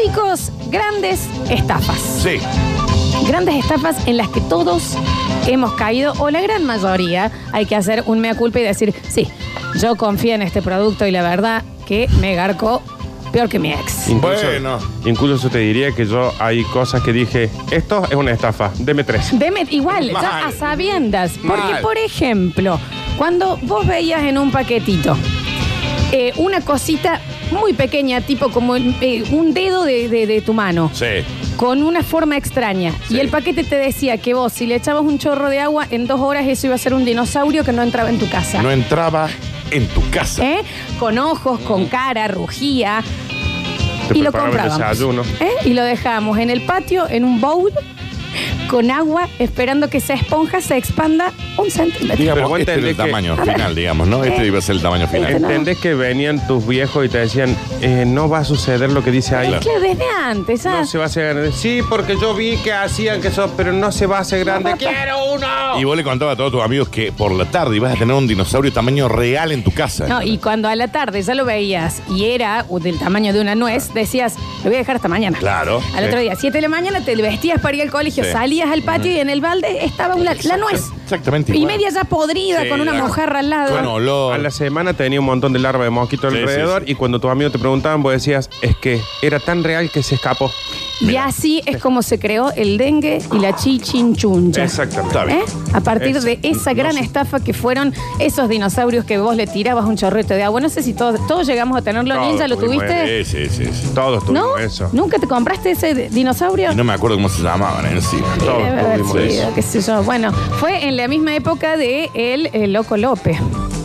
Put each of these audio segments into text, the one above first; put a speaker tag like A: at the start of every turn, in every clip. A: Chicos, grandes estafas.
B: Sí.
A: Grandes estafas en las que todos hemos caído, o la gran mayoría, hay que hacer un mea culpa y decir, sí, yo confío en este producto y la verdad que me garcó peor que mi ex.
C: Incluso,
B: Bueno.
C: incluso te diría que yo hay cosas que dije, esto es una estafa, deme tres.
A: Deme igual, ya
B: Mal.
A: a sabiendas. Porque,
B: Mal.
A: por ejemplo, cuando vos veías en un paquetito eh, una cosita muy pequeña, tipo como eh, un dedo de, de- de tu mano,
B: Sí.
A: con una forma extraña, y
B: Sí.
A: el paquete te decía que vos, si le echabas un chorro de agua, en dos horas eso iba a ser un dinosaurio que no entraba en tu casa.
B: No entraba en tu casa.
A: ¿eh? Con ojos, con cara, rugía.
C: Mm. Te
A: y lo
C: preparaba el
A: comprábamos.
C: desayuno.
A: ¿eh? Y lo dejábamos en el patio, en un bowl, con agua, esperando que esa esponja se expanda un centímetro.
C: Pero
B: Digamos,
C: vos
B: este era el
C: entendés que-
B: tamaño final, digamos, ¿no?
A: Eh.
B: Este iba a ser el tamaño final.
A: Este no.
C: ¿Entendés que venían tus viejos y te decían, eh, no va a suceder lo que dice ahí?
A: Es que desde antes, ¿ah?
C: No se va a hacer grande. Sí, porque yo vi que hacían que eso, pero no se va a hacer grande.
A: papá.
C: ¡Quiero uno!
B: Y vos le contabas a todos tus amigos que por la tarde ibas a tener un dinosaurio tamaño real en tu casa.
A: No, y cuando a la tarde ya lo veías y era del tamaño de una nuez, decías, lo voy a dejar hasta mañana.
B: Claro.
A: Al otro día, 7 de la mañana, te vestías para ir al colegio,
B: Sí.
A: salías al patio y en el balde estaba una- la nuez.
B: Exactamente.
A: Y
B: igual.
A: media ya podrida,
B: Sí,
A: con una
B: claro.
A: mojarra al lado.
B: Con olor.
C: A la semana tenía un montón de larvas de mosquito
B: Sí,
C: alrededor
B: sí, sí.
C: y cuando tus amigos te preguntaban, vos decías, es que era tan real que se escapó.
A: Y así es como se creó el dengue y la chichinchuncha.
C: Exactamente.
B: Está bien.
A: ¿Eh? A partir de
C: Exacto.
A: esa
C: No
A: gran
C: sé.
A: estafa que fueron esos dinosaurios que vos le tirabas un chorrito de agua. No sé si todos, todos llegamos a tenerlo,
C: Todos
A: ninja, ¿lo
C: tuvimos
A: tuviste?
B: Sí, sí, sí. sí.
C: Todos tuvimos
A: ¿No?
C: eso.
A: ¿Nunca te compraste ese de- dinosaurio?
B: Y no me acuerdo cómo se llamaban en sí.
C: Todos
A: Debe haber
C: tuvimos
A: sido,
C: eso.
A: qué sé yo. Bueno, fue en la misma época de el, el Loco López.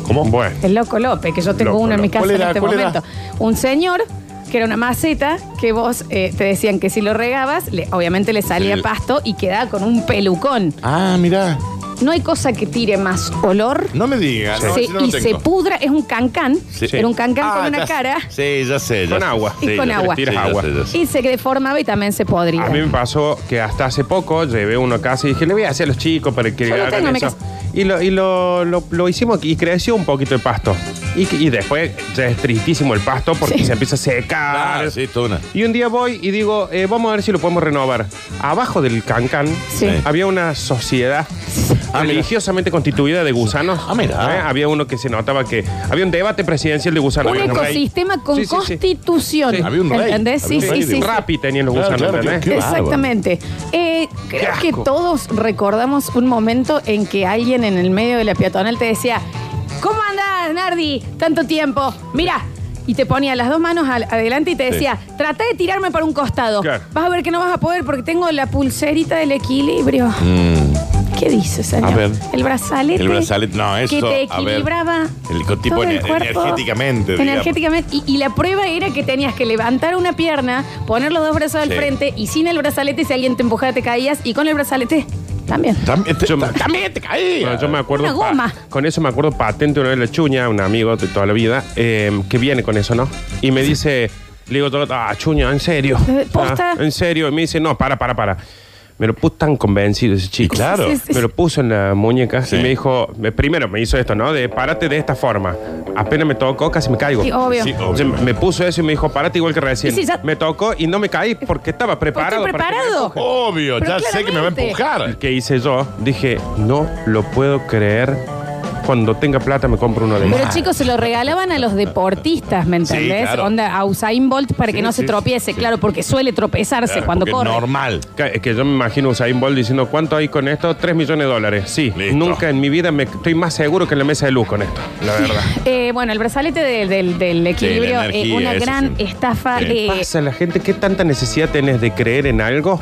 C: ¿Cómo? Bueno.
A: El Loco López, que yo tengo
C: Loco
A: uno en mi
C: López.
A: casa
B: ¿Cuál
A: en
B: era?
A: este
B: ¿Cuál era?
A: momento. Un señor que era una maceta que vos eh, te decían que si lo regabas, le- obviamente le salía
B: Sí.
A: pasto y quedaba con un pelucón.
B: Ah, mirá.
A: No hay cosa que tire más olor
B: No me digas. no,
A: se-
B: si no lo
A: y
B: tengo.
A: se pudra. Es un cancán.
B: Sí.
A: Era un cancán
B: Ah,
A: con una
B: ya sé.
A: cara
B: Sí, ya sé. ya
C: Con
B: sé.
C: agua.
A: Y
B: Sí,
A: con
B: ya sé,
A: agua.
B: sí, ya sé,
C: Agua.
B: ya sé.
A: y se deformaba y también se podría.
C: A mí me pasó que hasta hace poco llevé uno a casa y dije, le voy a hacer a los chicos para que
A: Yo lo tengo en
C: hagan
A: mi
C: eso.
A: casa.
C: Y, lo, y lo, lo- lo hicimos y creció un poquito de pasto. Y, y después ya es tristísimo el pasto porque
A: Sí.
C: se empieza a secar.
B: Ah, sí, toda una.
C: Y un día voy y digo, eh, vamos a ver si lo podemos renovar. Abajo del cancán
A: Sí.
C: había una sociedad
B: Ah, mira.
C: religiosamente constituida de gusanos.
B: Ah, mira.
C: ¿Eh? Había uno que se notaba que había un debate presidencial de gusanos.
A: Un
C: Había rey.
A: ecosistema con
C: Sí, sí, sí.
A: constitución.
C: Sí.
B: Había un rey.
A: ¿Entendés?
B: Había
A: Sí,
B: un rey
A: sí,
B: de
A: sí. sí.
B: Rap.
C: Rapi tenían los
B: Claro,
C: gusanos,
B: claro,
C: ¿entendés?
B: qué- qué bárbaro.
A: Exactamente. Eh, creo
C: asco.
A: que todos recordamos un momento en que alguien en el medio de la peatonal te decía, ¿cómo andás, Nardi? Tanto tiempo. Mira. Y te ponía las dos manos al- adelante y te decía, trata de tirarme para un costado.
C: Claro.
A: Vas a ver que no vas a poder porque tengo la pulserita del equilibrio.
B: Mm,
A: ¿Qué dices, señor?
B: A ver.
A: El brazalete.
B: El brazalete, no, eso,
A: Que te
B: a ver.
A: equilibraba.
B: El co- tipo
A: todo
B: ener- energéticamente, digamos.
A: Energéticamente. Y, y la prueba era que tenías que levantar una pierna, poner los dos brazos al
B: Sí.
A: frente y sin el brazalete, si alguien te empujaba, te caías. Y con el brazalete también.
B: También te,
C: Yo me-
B: también te caía.
C: Bueno, yo me acuerdo.
A: Una goma.
C: pa- Con eso me acuerdo patente una vez la chuña, un amigo de toda la vida, eh, que viene con eso, ¿no? Y me dice, le digo todo, ah, chuña, en serio.
A: Eh, posta.
C: Ah, en serio. Y me dice, no, para, para, para. Me lo puso tan convencido ese chico.
B: Y claro. Sí, sí,
A: sí.
C: Me lo puso en la muñeca
B: Sí.
C: y me dijo, me- primero me hizo esto, ¿no? De párate de esta forma. Apenas me tocó, casi me caigo.
A: Sí, obvio.
B: Sí,
C: O sea, me puso eso y me dijo, párate igual que recién.
A: Y sí, ya-
C: Me tocó y no me caí porque estaba preparado.
A: estoy
C: para que me
A: preparado.
C: coja.
B: Obvio,
A: Pero
B: ya sé que me va a
A: claramente.
B: empujar. Ah,
C: que hice yo, dije, no lo puedo creer. Cuando tenga plata me compro uno de
A: Pero
C: esos.
A: chicos, se lo regalaban a los deportistas, ¿me
B: Sí,
A: entendés?
B: claro.
A: Onda, a Usain Bolt para que
B: Sí,
A: no se
B: sí,
A: tropiece,
B: sí.
A: claro, porque suele tropezarse
B: Claro,
A: cuando
B: porque
A: corre.
B: Normal.
C: Que, que yo me imagino Usain Bolt diciendo, ¿cuánto hay con esto? 3 millones de dólares. Sí,
B: Listo.
C: nunca en mi vida me estoy más seguro que en la mesa de luz con esto, la verdad.
A: Eh, bueno, el brazalete del, del- del equilibrio, eh,
B: energía,
A: una
B: eso
A: gran
B: sí.
A: estafa.
B: Sí.
A: eh,
C: pasa la gente? ¿Qué tanta necesidad tenés de creer en algo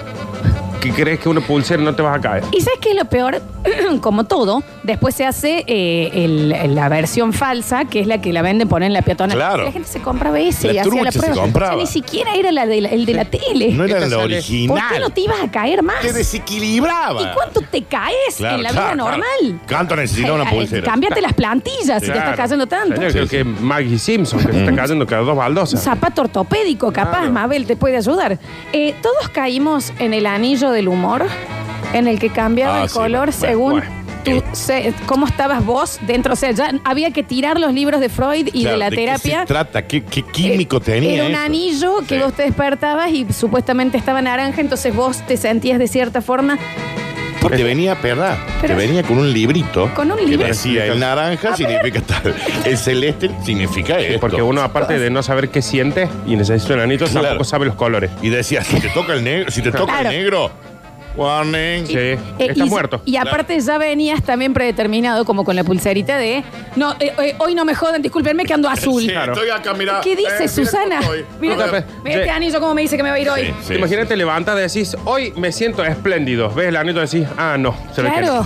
C: que crees que una pulsera no te vas a caer?
A: Y sabes que lo peor, como todo, después se hace eh, el- la versión falsa, que es la que la venden, ponen la peatona.
B: Claro.
A: La gente se compraba ese
B: La
A: y hacía la
B: trucha se
A: prueba.
B: compraba.
A: O sea, ni siquiera era la de la- el de la tele.
B: No era
C: Esta
B: la
C: sale-
B: original.
A: ¿Por qué no te ibas a caer más?
B: Te desequilibraba.
A: ¿Y cuánto te caes
B: Claro,
A: en la vida
B: claro,
A: normal?
B: claro. ¿Cuánto necesitaba una
A: Eh, eh,
B: pulsera?
A: Cámbiate las plantillas si te estás
C: Claro.
A: cayendo tanto.
C: Yo creo
B: Sí, sí. Mm.
C: que Maggie Simpson, que se está cayendo cada dos
A: Un
C: baldosas.
A: zapato ortopédico, capaz,
C: Claro.
A: Mabel, te puede ayudar. Eh, Todos caímos en el anillo del humor, en el que cambiaba
B: Ah,
A: el
B: sí,
A: color
B: bueno,
A: según
C: bueno.
A: tú,
B: Eh.
A: se- cómo estabas vos dentro. O sea, ya había que tirar los libros de Freud y
B: Claro,
A: de la
B: ¿De qué
A: terapia. Eh,
B: se trata? ¿Qué, qué químico tenía?
A: Era un
B: eso?
A: anillo que
B: Sí.
A: vos te despertabas y supuestamente estaba naranja, entonces vos te sentías de cierta forma.
B: Porque te venía, ¿verdad?
A: Pero-
B: te venía con un librito.
A: Con un libro.
B: Que decía, el naranja significa tal. El celeste significa esto.
C: Porque uno, aparte de no saber qué siente y necesita un anito,
B: Claro.
C: tampoco sabe los colores.
B: Y decía, si te toca el negro, si te toca
A: Claro.
B: el negro, warning.
C: Sí, está
A: Eh, y,
C: muerto.
A: Y aparte ya venías también predeterminado, como con la pulserita de. No, eh, eh, hoy no me jodan, discúlpenme que ando azul.
B: Sí,
C: claro.
B: estoy acá, eh, mira.
A: ¿Qué dice Susana? Mira,
C: A ver.
A: mira este
C: Sí.
A: anillo cómo me dice que me va a ir hoy.
B: Sí,
C: Imagínate, te levantas y decís, hoy me siento espléndido. Ves el anito y decís, ah, no. Se ve que
A: Claro.
C: no.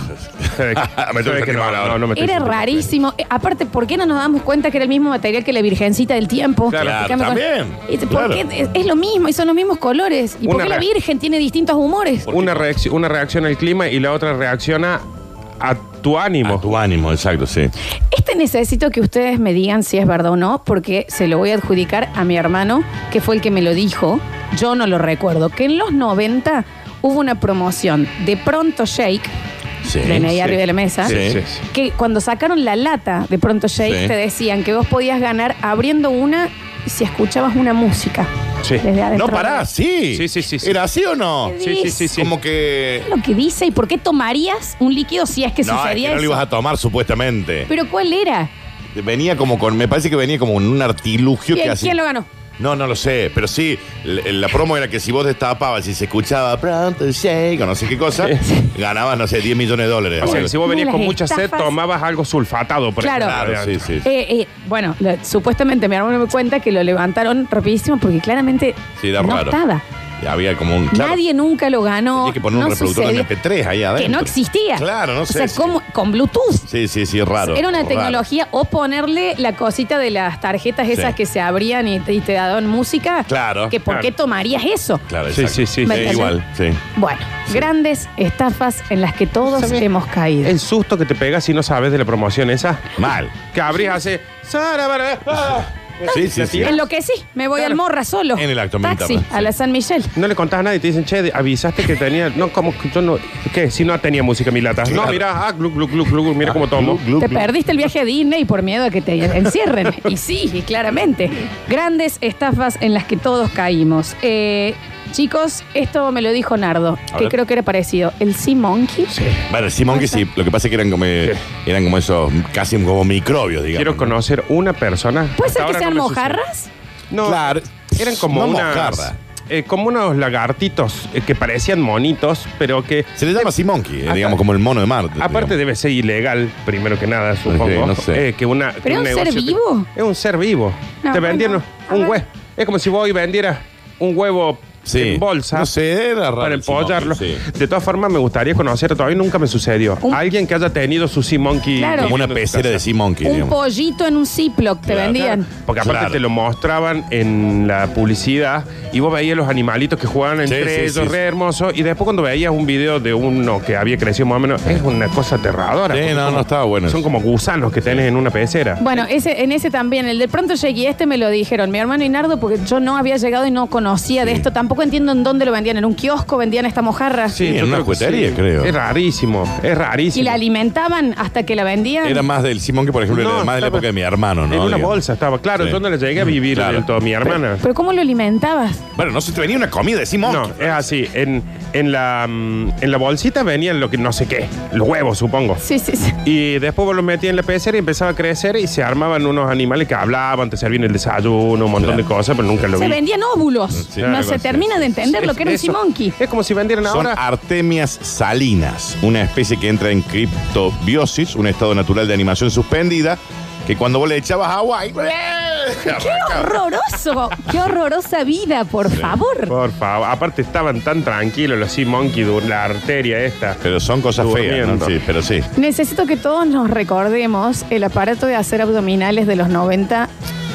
C: Se ve que-
B: Ah, Me
C: se
B: tengo
C: ve
B: que
C: que no,
B: quemar ahora.
C: no, no me estoy
A: Era
C: sintiendo
A: rarísimo. Eh, aparte, ¿por qué no nos damos cuenta que era el mismo material que la Virgencita del Tiempo?
C: Claro,
A: Que cambia con-
B: también,
A: Y te-
B: claro.
A: ¿Por qué? Es- Es lo mismo y son los mismos colores. ¿Y por
C: Una
A: qué la
C: ra-
A: Virgen tiene distintos humores?
C: Una, reacc- una reacción al clima y la otra reacciona a tu ánimo.
B: A tu ánimo, exacto, sí.
A: Este necesito que ustedes me digan si es verdad o no, porque se lo voy a adjudicar a mi hermano, que fue el que me lo dijo. Yo no lo recuerdo. Que en los 90 hubo una promoción de Pronto Shake,
B: Sí.
A: René ahí arriba de la mesa,
B: Sí.
A: que cuando sacaron la lata de Pronto Shake
B: Sí.
A: te decían que vos podías ganar abriendo una si escuchabas una música.
C: Sí.
A: Desde adentro.
B: No, pará, sí.
C: Sí, sí, sí, sí.
B: ¿Era así o no?
A: ¿Qué
C: Sí, sí, sí, sí.
B: Como que.
A: Lo que dice y por qué tomarías un líquido si es que
B: No, es que
A: sucedía
B: no lo
A: eso.
B: ibas a tomar supuestamente.
A: Pero ¿cuál era?
B: Venía como con. Me parece que venía como en un artilugio que
A: ¿Quién,
B: hacía.
A: quién lo ganó?
B: No, no lo sé, pero sí, l- la promo era que si vos destapabas y se escuchaba pronto shake o no sé qué cosa, ganabas, no sé, 10 millones de dólares.
C: O sea, si vos
A: Una de
C: venías
A: las
C: con mucha sed,
A: estafas-
C: tomabas algo sulfatado, por
A: Claro.
C: ejemplo.
B: Claro, sí, sí.
A: Eh, eh, bueno, la- supuestamente mi hermano me cuenta que lo levantaron rapidísimo porque claramente
B: Sí, da
A: no
B: raro.
A: estaba.
B: Y había como un. claro,
A: Nadie nunca lo ganó.
B: Tenías que poner
A: no
B: un reproductor de
A: sucedió,
B: MP3 ahí adentro.
A: Que no existía.
B: Claro, no sé.
A: O sea,
B: sí.
A: ¿cómo? con Bluetooth.
B: Sí, sí, sí, raro.
A: Era una
B: raro.
A: tecnología o ponerle la cosita de las tarjetas esas
B: Sí.
A: que se abrían y, te- y te daban música.
B: Claro,
A: Que por
C: claro.
A: qué tomarías eso.
B: Claro,
C: Sí,
B: exacto.
C: sí, sí,
A: sí.
B: Igual, sí.
A: Bueno, grandes estafas en las que todos
C: ¿Sabes?
A: hemos caído.
C: El susto que te pegas si no sabes de la promoción esa.
B: Mal.
C: Que abrís hace. "Sara, bara, ah".
B: Sí, sí, sí.
A: En lo que sí, me voy
C: Claro.
A: al morra solo.
B: En el acto, me
A: Taxi,
B: interesa.
A: a la San Michel.
C: No le contás a nadie, te dicen, che, avisaste que tenía. No, como que yo no. ¿Qué? Si no tenía música en mi lata. No,
B: Claro.
C: mirá, ah, glu, glu, glu, glu, glu, mira cómo tomo.
B: Ah, Glu, glu,
A: Te
B: glu.
A: perdiste el viaje a Disney por miedo a que te encierren. Y sí, y claramente. Grandes estafas en las que todos caímos. Eh, chicos, esto me lo dijo Nardo,
B: A
A: que
B: ver.
A: creo que era parecido. El Sea Monkey.
B: Bueno, Simón que sí, lo que pasa es que eran como, eh, eran como esos, casi como microbios, digamos.
C: Quiero
B: ¿no?
C: conocer una persona.
A: ¿Puede ser
C: Hasta
A: que
C: ahora no
A: sean
C: me sucedió.
A: mojarras?
C: No,
B: Claro.
C: eran como
B: No
C: unas,
B: mojarra.
C: eh, como unos lagartitos eh, que parecían monitos, pero que
B: Se le llama Sea Monkey, eh, digamos, como el mono de Marte.
C: aparte debe ser ilegal, primero que nada, supongo.
B: no sé.
C: eh, que una, que
A: ¿Pero
C: un
A: es un ser
C: negocio te-
A: vivo?
C: es un ser vivo.
A: No,
C: te vendieron
A: bueno, a
C: un
A: ver.
C: huevo. Es como si vos hoy vendieras un huevo
B: Sí.
C: en bolsa.
B: No sé, era raro
C: Para
B: el Sea
C: empollarlo.
B: Monkey, sí.
C: De todas formas, me gustaría conocer, todavía nunca me sucedió.
A: Un-
C: Alguien que haya tenido su Sea Monkey.
A: Claro.
B: Como una pecera de Sea Monkey,
A: Un
B: digamos.
A: pollito en un Ziploc te
B: Claro.
A: vendían.
C: Porque aparte
B: Claro.
C: te lo mostraban en la publicidad y vos veías los animalitos que jugaban entre
B: Sí, sí,
C: ellos,
B: sí, sí.
C: re hermoso. Y después cuando veías un video de uno que había crecido más o menos, es una cosa aterradora.
B: Sí,
C: porque
B: no,
C: como-
B: no estaba bueno.
C: Son como gusanos que tenés en una pecera.
A: Bueno, ese, en ese también, el de pronto llegué y este me lo dijeron, mi hermano y Nardo, porque yo no había llegado y no conocía de esto, tampoco entiendo en dónde lo vendían, en un kiosco vendían esta mojarra
B: Sí, en
C: yo
B: una
C: creo que
B: juguetería, creo.
C: Es rarísimo, es rarísimo.
A: y la alimentaban hasta que la vendían.
B: Era más del Sea Monkey, por ejemplo,
C: No,
B: era más de la
C: estaba-
B: época de mi hermano, ¿no?
C: en una
B: Digamos.
C: bolsa estaba, claro,
B: Sí. Mm,
C: yo no le llegué a vivir
B: Claro.
C: del todo, mi hermana.
A: Pero ¿cómo lo alimentabas?
B: Bueno, no se te venía una comida de Sea
C: No,
B: Monkey.
C: es así. En, en, la, mm, en la bolsita venían lo que no sé qué, los huevos, supongo.
A: Sí, sí, sí.
C: Y después vos lo metías en la pecera y empezaba a crecer y se armaban unos animales que hablaban, te servían el desayuno, un montón
B: Claro.
C: de cosas, pero nunca lo
A: Se
C: vi.
A: vendían óvulos.
B: Sí,
A: no
B: algo
A: se
B: así.
A: termina de entender lo que era un
C: Eso.
A: Sea Monkey.
C: Es como si vendieran
B: Son
C: ahora.
B: artemias salinas, una especie que entra en criptobiosis, un estado natural de animación suspendida, que cuando vos le echabas agua... ¡ay!
A: ¡Qué horroroso! ¡Qué horrorosa vida, por favor!
C: Por favor, aparte estaban tan tranquilos los Sea Monkey, du- la arteria esta.
B: Pero son cosas feas, ¿no?
C: Durmiendo.
B: Sí, pero sí.
A: Necesito que todos nos recordemos el aparato de hacer abdominales de los 90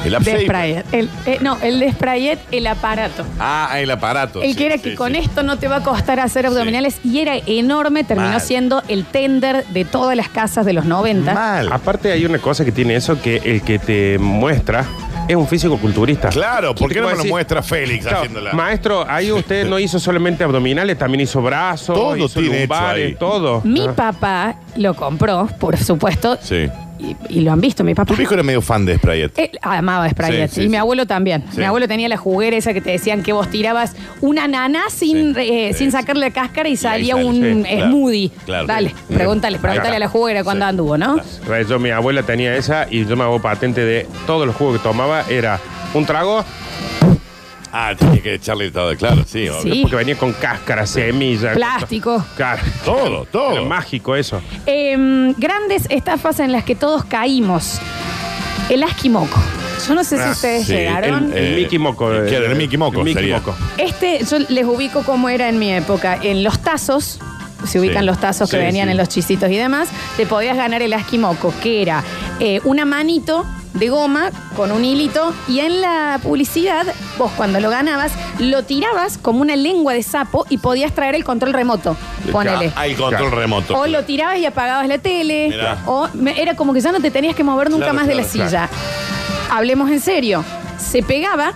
B: El
A: de
B: abseipe.
A: Sprayet. El- eh, no, el de Sprayet, el aparato.
B: Ah, el aparato.
A: El
B: sí,
A: que era
B: sí,
A: que
B: sí.
A: con esto no te va a costar hacer abdominales y era enorme, terminó
B: Mal.
A: siendo el tender de todas las casas de los 90.
B: Mal.
C: Aparte hay una cosa que tiene eso que el que te muestra es un físico culturista.
B: Claro, ¿por Ah, qué no me lo muestra Félix
C: Claro,
B: haciéndola?
C: Maestro, ahí usted no hizo solamente abdominales, también hizo brazos,
B: Todo
C: hizo
B: tiene hecho ahí.
C: lumbares, todo.
A: Mi
C: Ah.
A: papá lo compró, por supuesto,
B: sí.
A: y, y lo han visto mi papá.
B: Tu hijo era medio fan de Sprayet.
A: Él Eh, amaba Sprite.
B: Sí, sí,
A: y mi
B: sí.
A: abuelo también.
B: Sí.
A: Mi abuelo tenía la juguera esa que te decían que vos tirabas una nana sin,
B: Sí,
A: eh,
B: sí,
A: sin
B: sí.
A: sacarle la cáscara y salía
B: sale,
A: un eh,
B: sí, claro,
A: smoothie.
B: claro.
A: Dale,
B: Sí.
A: pregúntale, pregúntale
C: Claro.
A: a la juguera cuando
B: Sí.
A: anduvo, ¿no?
B: Claro.
C: Re, Yo, mi abuela tenía esa y yo me hago patente de todos los jugos que tomaba. Era un trago
B: Ah, tenía que echarle todo, claro, sí, obvio.
A: Sí.
C: porque venía con cáscara, semillas.
A: Plástico.
C: Claro.
B: Todo,
C: Era
B: todo.
C: mágico eso.
A: Em, grandes estafas en las que todos caímos. El asquimoco. Yo no sé si
C: Ah,
A: ustedes
B: sí,
A: llegaron.
C: El Mickey Moco,
B: El,
C: eh,
B: claro, el Mickey Moco
C: el Mickey
B: sería.
C: Moco.
A: Este, yo les ubico como era en mi época. En los tazos, se ubican
B: Sí.
A: los tazos que
B: Sí,
A: venían
B: sí.
A: en los chisitos y demás, te podías ganar el asquimoco, que era eh, una manito de goma con un hilito y en la publicidad vos cuando lo ganabas lo tirabas como una lengua de sapo y podías traer el control remoto, ponele.
B: Ah, el control
C: Claro.
B: remoto.
A: O lo tirabas y apagabas la tele.
B: Mirá.
A: O me- era como que ya no te tenías que mover nunca
B: Claro,
A: más de la
B: claro,
A: silla. Hablemos en serio. Se pegaba,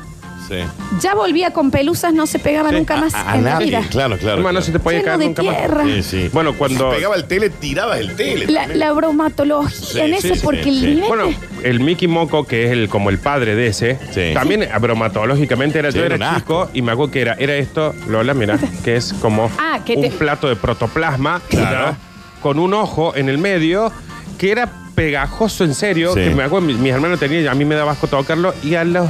B: Sí.
A: ya volvía con pelusas, no se pegaba
C: Sí,
A: nunca
B: A-
A: más
B: a, a
A: en la
B: nadie,
A: vida.
B: claro, claro.
C: Hermano,
B: claro.
C: no se te podía
A: Lleno
C: caer
A: de
C: nunca más.
A: tierra.
B: Sí, sí.
C: Bueno, cuando-
B: Si pegaba el tele, tirabas el tele.
A: La,
B: también.
A: la bromatología
B: Sí,
A: en
B: sí,
A: eso,
B: sí,
A: porque el
B: sí.
A: nivel.
C: Bueno,
A: de-
C: el Mickey Moco, que es el como el padre de ese,
B: Sí.
C: también bromatológicamente era
B: Sí,
C: yo
B: era
C: era
B: un
C: chico y me acuerdo que era, era esto, Lola, mira, que es como
A: Ah, que
C: un
A: te-
C: plato de protoplasma
B: Claro.
C: ¿no? con un ojo en el medio que era pegajoso en serio,
B: Sí.
C: que me acuerdo, mis, mis hermanos tenían, y a mí me daba asco tocarlo y a los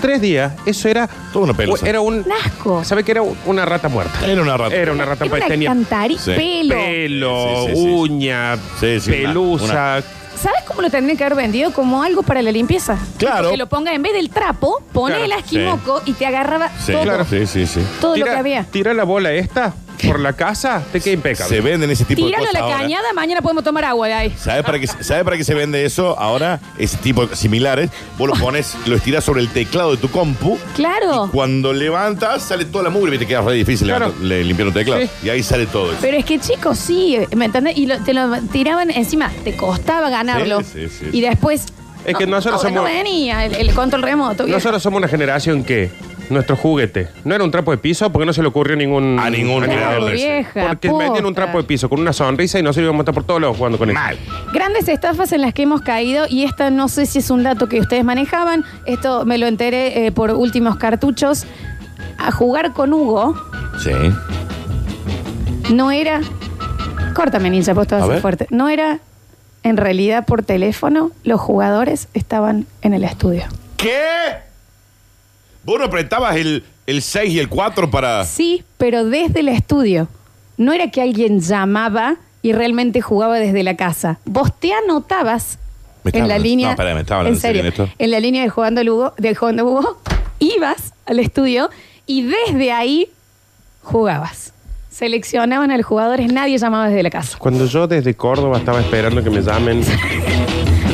C: tres días eso era
B: Todo una pelusa.
C: era un
A: Un asco.
C: ¿Sabe que era una rata muerta?
B: Era una rata.
C: Era una rata
A: Era una
C: muerta, tenía
A: alcantarilla,
B: Sí.
A: pelo.
C: pelo,
B: Sí, sí, sí, sí.
C: uña,
B: Sí, sí, una-
C: pelusa,
A: ¿Sabes cómo lo tendrían que haber vendido? Como algo para la limpieza.
B: Claro.
A: Que lo ponga en vez del trapo, pone
C: Claro.
A: el asquimoco y te agarraba
B: Sí,
A: todo,
B: claro. sí, sí, sí.
A: todo
C: tira,
A: lo que había.
C: tira la bola esta por la casa, te queda impecable.
B: Se venden ese tipo
A: Tíralo
B: de
A: a
B: cosas.
A: la
B: ahora.
A: cañada, mañana podemos tomar agua de ahí.
B: ¿Sabes para, qué, ¿Sabe para qué se vende eso ahora? Ese tipo de similares. Vos lo pones, lo estiras sobre el teclado de tu compu.
A: Claro.
B: Y cuando levantas, sale toda la mugre y te queda re difícil
C: Claro.
B: levantar- le- limpiar un teclado.
C: Sí.
B: Y ahí sale todo eso.
A: Pero es que chicos, sí, ¿me entendés? Y lo- te lo tiraban encima, te costaba ganarlo.
B: Sí, sí, sí.
A: Y después.
C: Es que nosotros
A: no, no
C: somos-
A: venía el, el control remoto. viejo.
C: Nosotros somos una generación que nuestro juguete no era un trapo de piso porque no se le ocurrió ningún.
B: A ningún
A: Claro,
B: creador de ese.
A: vieja,
C: Porque
A: posta.
C: vendían un trapo de piso con una sonrisa y nosotros íbamos a estar por todos lados jugando con él.
B: Mal.
A: Grandes estafas en las que hemos caído, y esta no sé si es un dato que ustedes manejaban, esto me lo enteré eh, por últimos cartuchos. A jugar con Hugo
B: Sí.
A: no era. Córtame, ninja, vos te vas
B: A
A: a
B: ver.
A: ser fuerte. No era. En realidad, por teléfono, los jugadores estaban en el estudio.
B: ¿Qué? Vos no apretabas el, el 6 y el 4 para.
A: Sí, pero desde el estudio. No era que alguien llamaba y realmente jugaba desde la casa. Vos te anotabas
B: Me estaba
A: en la
B: hablando-
A: línea.
B: no, pará, me estaba hablando
A: en
B: en serio
A: serio.
B: de esto.
A: En la línea del jugando Lugo, del jugando Hugo, ibas al estudio y desde ahí jugabas. Seleccionaban a los jugadores, nadie llamaba desde la casa.
C: Cuando yo desde Córdoba estaba esperando que me llamen,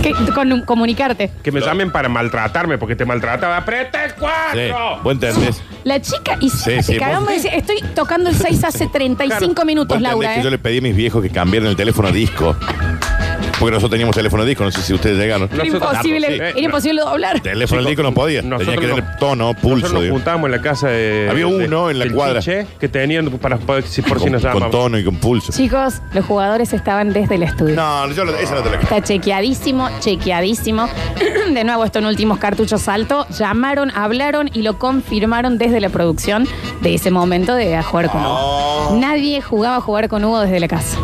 A: Que- con comunicarte.
C: que me llamen para maltratarme, porque te maltrataba. ¡Aprieta el
B: Sí.
C: cuatro!
B: ¿Vos entendés?
A: La chica, y siempre
B: Sí,
A: te
B: sí,
A: cagamos,
B: vos-
A: decía, estoy tocando el 6 hace 35
B: ¿Vos
A: minutos,
B: entendés
A: Laura.
B: que
A: ¿eh?
B: yo le pedí a mis viejos que cambiaran el teléfono a disco. Porque nosotros teníamos teléfono a disco, no sé si ustedes llegaron.
A: Era
C: Nosotros-
A: imposible,
C: Sí.
A: era imposible doblar.
B: Teléfono al
C: Chicos,
B: disco no podía. Tenía
C: nosotros
B: que darle
C: no-
B: tono,
C: Nosotros
B: pulso.
C: nos
B: digo.
C: juntábamos en la casa de.
B: Había uno en la
C: del
B: cuadra.
C: Chiche que tenían para poder, si por si
B: Con,
C: nos
B: con
C: llamaban.
B: tono y con pulso.
A: Chicos, los jugadores estaban desde el estudio.
B: No, yo lo- esa no te la
A: Está chequeadísimo, chequeadísimo. De nuevo, esto en últimos cartuchos alto. Llamaron, hablaron y lo confirmaron desde la producción de ese momento de a jugar con
B: Oh.
A: Hugo. Nadie jugaba a jugar con Hugo desde la casa.